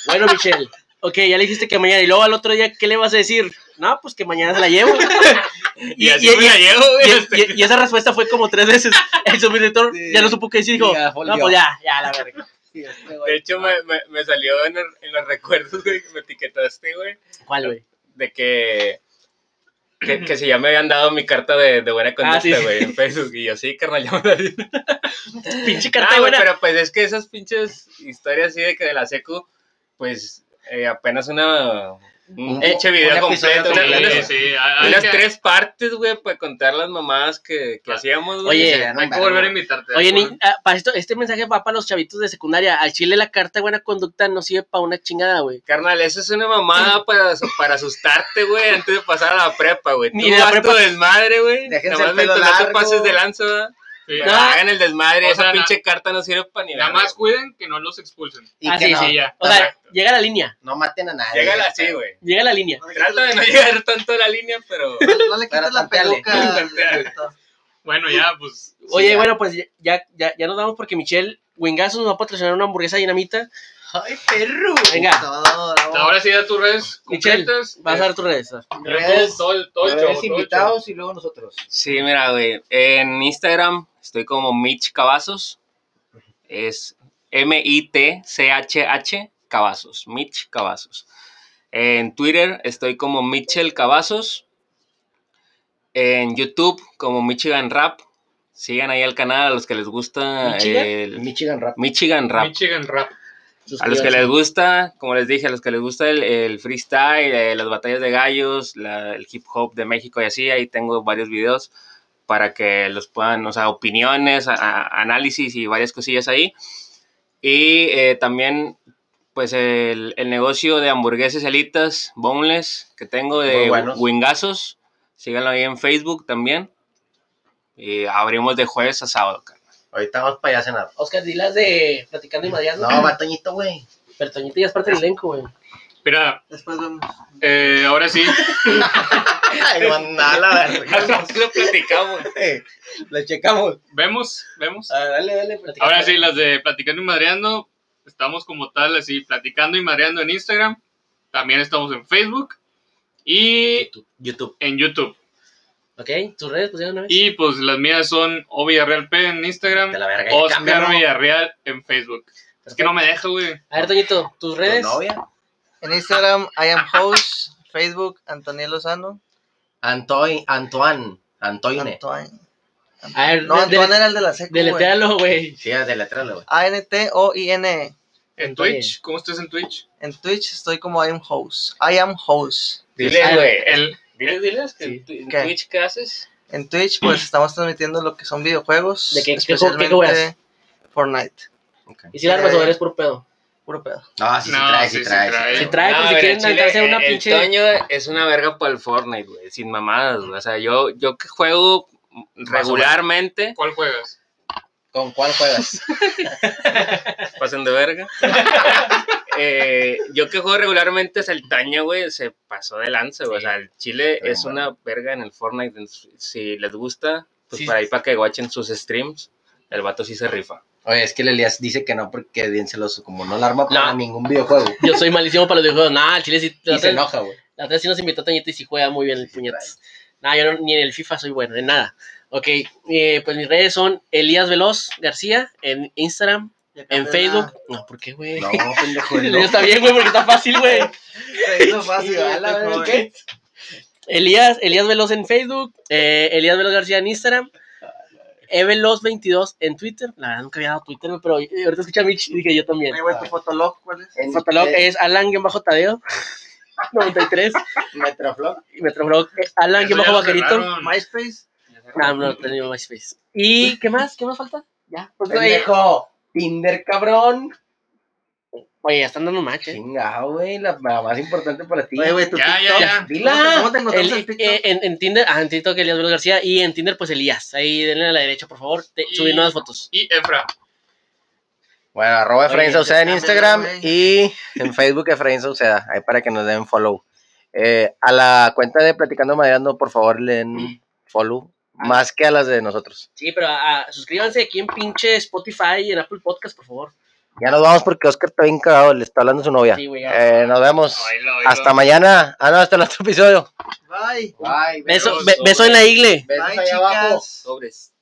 [SPEAKER 1] Bueno, Michelle, ok, ya le dijiste que mañana y luego al otro día, ¿qué le vas a decir? No, pues que mañana se la llevo.
[SPEAKER 3] Y, así me la llevo, güey. este. hasta
[SPEAKER 1] y-
[SPEAKER 3] que-
[SPEAKER 1] y esa respuesta fue como tres veces. El subdirector
[SPEAKER 2] Sí.
[SPEAKER 1] ya no supo qué decir, dijo,
[SPEAKER 2] Ya,
[SPEAKER 1] no,
[SPEAKER 2] volvió.
[SPEAKER 1] pues ya, ya, la verga.
[SPEAKER 5] Y este
[SPEAKER 4] De
[SPEAKER 5] güey.
[SPEAKER 4] hecho, me, me- me salió en, el- en los recuerdos, güey, que me etiquetaste, güey,
[SPEAKER 1] ¿Cuál, güey?
[SPEAKER 3] de que, que, que si ya me habían dado mi carta de, de buena conducta,
[SPEAKER 1] Ah, sí, sí.
[SPEAKER 3] güey, en Facebook. Y yo, sí, carnal, ya me la di".
[SPEAKER 1] Pinche
[SPEAKER 3] Ah, güey,
[SPEAKER 1] carta, güey.
[SPEAKER 3] pero pues es que esas pinches historias así de que de la secu, pues eh, apenas una... Un
[SPEAKER 2] Un-
[SPEAKER 3] pinche video
[SPEAKER 2] un episodio
[SPEAKER 3] completo,
[SPEAKER 4] Sí,
[SPEAKER 3] una-
[SPEAKER 2] completo.
[SPEAKER 3] unas-
[SPEAKER 4] sí, sí, hay- hay
[SPEAKER 3] unas
[SPEAKER 4] que-
[SPEAKER 3] tres partes, güey, para contar las mamadas que, que hacíamos, güey.
[SPEAKER 1] Oye,
[SPEAKER 2] Era un
[SPEAKER 4] hay que
[SPEAKER 2] verbo.
[SPEAKER 4] volver a invitarte.
[SPEAKER 1] Oye, ni,
[SPEAKER 4] güey.
[SPEAKER 1] ah, para esto, este mensaje va para los chavitos de secundaria. Al chile la carta de buena conducta no sirve para una chingada, güey.
[SPEAKER 3] Carnal, eso es una mamada para, para asustarte, güey, antes de pasar a la prepa, güey. Tú
[SPEAKER 1] Ni la
[SPEAKER 3] haz
[SPEAKER 1] prepa-
[SPEAKER 3] tu desmadre, güey.
[SPEAKER 2] Déjense
[SPEAKER 3] Nada más
[SPEAKER 2] el pelo
[SPEAKER 3] mientras no te
[SPEAKER 2] largo.
[SPEAKER 3] pases de lanza, ¿verdad?
[SPEAKER 4] Sí.
[SPEAKER 3] Pero hagan el desmadre,
[SPEAKER 4] O
[SPEAKER 3] esa
[SPEAKER 4] sea, na-
[SPEAKER 3] pinche carta no sirve para ni
[SPEAKER 4] Nada
[SPEAKER 3] verga,
[SPEAKER 4] más cuiden que no los expulsen.
[SPEAKER 2] Y
[SPEAKER 1] Ah,
[SPEAKER 2] que
[SPEAKER 1] sí,
[SPEAKER 2] no,
[SPEAKER 4] sí, ya.
[SPEAKER 1] O sea,
[SPEAKER 4] Exacto.
[SPEAKER 1] llega la línea,
[SPEAKER 2] no maten a nadie.
[SPEAKER 3] güey. Llégala así, güey.
[SPEAKER 1] llega la línea.
[SPEAKER 3] Trata de no llegar tanto a la línea, pero...
[SPEAKER 5] No le
[SPEAKER 2] Pero
[SPEAKER 5] quites la
[SPEAKER 2] tanteale.
[SPEAKER 5] peluca. al
[SPEAKER 4] Tanteale.
[SPEAKER 5] director.
[SPEAKER 4] Bueno, ya, pues.
[SPEAKER 1] Oye,
[SPEAKER 2] ya.
[SPEAKER 1] bueno, pues ya, ya, ya nos vamos porque Michelle Wingazos nos va a patrocinar una hamburguesa dinamita.
[SPEAKER 2] ¡Ay, perro!
[SPEAKER 1] Venga,
[SPEAKER 5] Todo, bravo.
[SPEAKER 4] Ahora sí, da tus redes
[SPEAKER 1] Michelle,
[SPEAKER 4] completas.
[SPEAKER 1] vas a dar tus redes.
[SPEAKER 4] Ya todo, todo, todo el show, todo el
[SPEAKER 2] invitados y luego nosotros.
[SPEAKER 3] Sí, mira, güey. En Instagram estoy como Mitch Cavazos. Es M-I-T-C-H-H Cavazos. Mitch Cavazos. En Twitter estoy como Mitchell Cavazos. En YouTube como Michigan Rap. Sigan ahí al canal a los que les gusta
[SPEAKER 1] ¿Michigan?
[SPEAKER 3] el
[SPEAKER 2] Michigan Rap.
[SPEAKER 3] Michigan
[SPEAKER 4] show.
[SPEAKER 3] Rap.
[SPEAKER 4] Michigan Rap.
[SPEAKER 3] A los que
[SPEAKER 2] Suscríbanse.
[SPEAKER 3] les gusta, como les dije, a los que les gusta el, el freestyle, eh, las batallas de gallos, la- el hip hop de México y así, ahí tengo varios videos para que los puedan, o sea, opiniones, a- a- análisis y varias cosillas ahí. Y eh, también, pues, el, el negocio de hamburguesas alitas, boneless, que tengo
[SPEAKER 2] Muy
[SPEAKER 3] de
[SPEAKER 2] buenos.
[SPEAKER 3] Wingazos. Síganlo ahí en Facebook también. Y abrimos de jueves a sábado, carnal.
[SPEAKER 2] Ahorita vamos para allá a cenar.
[SPEAKER 1] Oscar, dilas de Platicando y Madreando.
[SPEAKER 2] No, va Toñito, güey.
[SPEAKER 1] Pero Toñito ya es parte del elenco, güey.
[SPEAKER 4] Mira,
[SPEAKER 5] Después vemos.
[SPEAKER 4] eh, ahora sí.
[SPEAKER 2] Ay, manda a la verga.
[SPEAKER 3] lo platicamos.
[SPEAKER 2] Lo checamos.
[SPEAKER 4] Vemos, vemos.
[SPEAKER 2] Ah, dale, dale. platicamos.
[SPEAKER 4] Ahora sí, las de Platicando y Madreando. Estamos como tal, así, Platicando y Madreando en Instagram. También estamos en Facebook. Y
[SPEAKER 2] YouTube.
[SPEAKER 4] en YouTube.
[SPEAKER 1] Ok, tus redes, pues ya de una vez.
[SPEAKER 4] Y pues las mías son O Villarreal P en Instagram.
[SPEAKER 2] De la verga. ya
[SPEAKER 4] Oscar
[SPEAKER 2] cámbialo.
[SPEAKER 4] Villarreal en Facebook. Es que no me deja, güey.
[SPEAKER 1] A ver, Toñito, tus redes.
[SPEAKER 2] ¿Tu novia?
[SPEAKER 5] En Instagram, I am host. Facebook, Antonio Lozano.
[SPEAKER 2] Antoi, Antoine. Antoine.
[SPEAKER 5] Antoine.
[SPEAKER 1] A ver,
[SPEAKER 5] No,
[SPEAKER 1] de-
[SPEAKER 5] Antoine
[SPEAKER 1] de-
[SPEAKER 5] era el de la secu, güey.
[SPEAKER 1] deletéalo, güey.
[SPEAKER 2] Sí, de letra, güey.
[SPEAKER 5] A-N-T-O-I-N-E.
[SPEAKER 4] En
[SPEAKER 1] Está bien.
[SPEAKER 4] Twitch. ¿Cómo estás en Twitch?
[SPEAKER 5] E. En Twitch estoy como I am host. I am host.
[SPEAKER 3] Diles, güey.
[SPEAKER 4] El,
[SPEAKER 3] Diles, diles, que
[SPEAKER 1] Sí.
[SPEAKER 3] tu- en
[SPEAKER 5] ¿Qué?
[SPEAKER 3] Twitch, ¿qué haces?
[SPEAKER 5] En Twitch, pues estamos transmitiendo lo que son videojuegos.
[SPEAKER 1] ¿De qué- qué juego- qué
[SPEAKER 5] especialmente
[SPEAKER 1] juegas?
[SPEAKER 5] Fortnite.
[SPEAKER 1] Y si la armas o eres puro pedo.
[SPEAKER 5] Puro pedo.
[SPEAKER 2] No, sí, sí
[SPEAKER 4] No,
[SPEAKER 2] trae,
[SPEAKER 4] sí,
[SPEAKER 2] sí
[SPEAKER 4] sí
[SPEAKER 2] trae. sí
[SPEAKER 4] trae.
[SPEAKER 1] Si
[SPEAKER 2] trae.
[SPEAKER 1] trae,
[SPEAKER 3] No,
[SPEAKER 1] pues si
[SPEAKER 3] pero
[SPEAKER 1] quieren
[SPEAKER 3] en Chile,
[SPEAKER 1] lanzarse
[SPEAKER 3] eh,
[SPEAKER 1] una
[SPEAKER 3] el
[SPEAKER 1] pinche.
[SPEAKER 3] Toño es una verga para el Fortnite, güey, sin mamadas, güey. O sea, yo, yo que juego regularmente,
[SPEAKER 4] ¿Cuál juegas?
[SPEAKER 2] ¿Con cuál juegas?
[SPEAKER 3] pasen de verga. eh, yo que juego regularmente, o sea, el Toño, güey, se pasó de lanza, güey. O sea, el Chile
[SPEAKER 2] Pero
[SPEAKER 3] es una verga en el Fortnite. entonces, Si les gusta, pues
[SPEAKER 1] Sí.
[SPEAKER 3] para ahí para que watchen sus streams, el vato sí se rifa.
[SPEAKER 2] Oye, es que el Elías dice que no porque bien celoso, como no la arma para
[SPEAKER 1] No.
[SPEAKER 2] ningún videojuego.
[SPEAKER 1] Yo soy malísimo para los videojuegos. Nah, el chile sí. La
[SPEAKER 2] Y se
[SPEAKER 1] otra,
[SPEAKER 2] enoja, güey.
[SPEAKER 1] la otra sí nos invitó Toñito y sí juega muy bien el
[SPEAKER 2] Sí, sí,
[SPEAKER 1] puñetas. Nah, yo no- ni en el FIFA soy bueno, en nada. Ok, eh, pues mis redes son Elías Veloz García en Instagram,
[SPEAKER 5] Ya cambié
[SPEAKER 1] en
[SPEAKER 5] la-
[SPEAKER 1] Facebook. No, ¿por qué, güey?
[SPEAKER 2] No, pendejo,
[SPEAKER 1] El
[SPEAKER 2] no.
[SPEAKER 1] Elías está bien, güey, porque está fácil, güey.
[SPEAKER 5] Se hizo fácil,
[SPEAKER 2] Sí, a la
[SPEAKER 5] este
[SPEAKER 2] verga,
[SPEAKER 5] joven.
[SPEAKER 2] ¿qué?
[SPEAKER 1] Elías, Elías Veloz en Facebook, eh, Elías Veloz García en Instagram, Eveloz22 en Twitter. La verdad, nunca había dado Twitter, güey, pero eh, ahorita escuché a Mitch y dije yo también.
[SPEAKER 5] Ay, güey, tu fotolog, ¿cuál es?
[SPEAKER 1] En eh. Fotolog es Alan-Tadeo 93
[SPEAKER 2] Metroflog.
[SPEAKER 1] y Metroflog es
[SPEAKER 4] Eso ya lo
[SPEAKER 1] Alan-Bajerito.
[SPEAKER 4] cerraron.
[SPEAKER 5] MySpace.
[SPEAKER 1] No, no, no tenía MySpace. ¿Y qué más? ¿Qué más falta? Ya. pues, oye,
[SPEAKER 2] Pendejo. Tinder, cabrón.
[SPEAKER 1] oye, ya están dando match, eh.
[SPEAKER 2] Chinga, güey. La, la más importante para ti.
[SPEAKER 5] Oye, güey, tu
[SPEAKER 4] Ya, ya,
[SPEAKER 5] TikTok.
[SPEAKER 4] ya.
[SPEAKER 5] ¿Cómo te-
[SPEAKER 2] Dila.
[SPEAKER 5] ¿Cómo te encontramos
[SPEAKER 1] El-
[SPEAKER 5] en TikTok?
[SPEAKER 1] eh, en, en Tinder, ah, en TikTok Elías Veloz García y en Tinder pues Elías. Ahí denle a la derecha, por favor. Te,
[SPEAKER 4] Y-
[SPEAKER 1] subí nuevas fotos.
[SPEAKER 4] Y Efra.
[SPEAKER 2] Bueno, arroba Efraín
[SPEAKER 1] Oye,
[SPEAKER 2] Sauceda en
[SPEAKER 5] cámbialo,
[SPEAKER 2] Instagram
[SPEAKER 5] güey.
[SPEAKER 2] y en Facebook Efraín Sauceda, ahí para que nos den follow. Eh, a la cuenta de Platicando Maderando, por favor, le den follow,
[SPEAKER 1] Ah.
[SPEAKER 2] más que a las de nosotros.
[SPEAKER 1] Sí, pero ah, suscríbanse aquí en pinche Spotify y en Apple Podcast, por favor.
[SPEAKER 2] Ya nos vamos porque Oscar está bien cagado, le está hablando su novia.
[SPEAKER 1] Sí, güey, ya.
[SPEAKER 2] Eh, nos vemos.
[SPEAKER 4] Oílo, oílo.
[SPEAKER 2] Hasta mañana. Ah, no, hasta el otro episodio.
[SPEAKER 5] Bye.
[SPEAKER 2] Bye.
[SPEAKER 1] Beso,
[SPEAKER 3] Besos,
[SPEAKER 1] be- beso en la igle.
[SPEAKER 3] Oh.
[SPEAKER 5] Bye, chicas.
[SPEAKER 3] Sobres.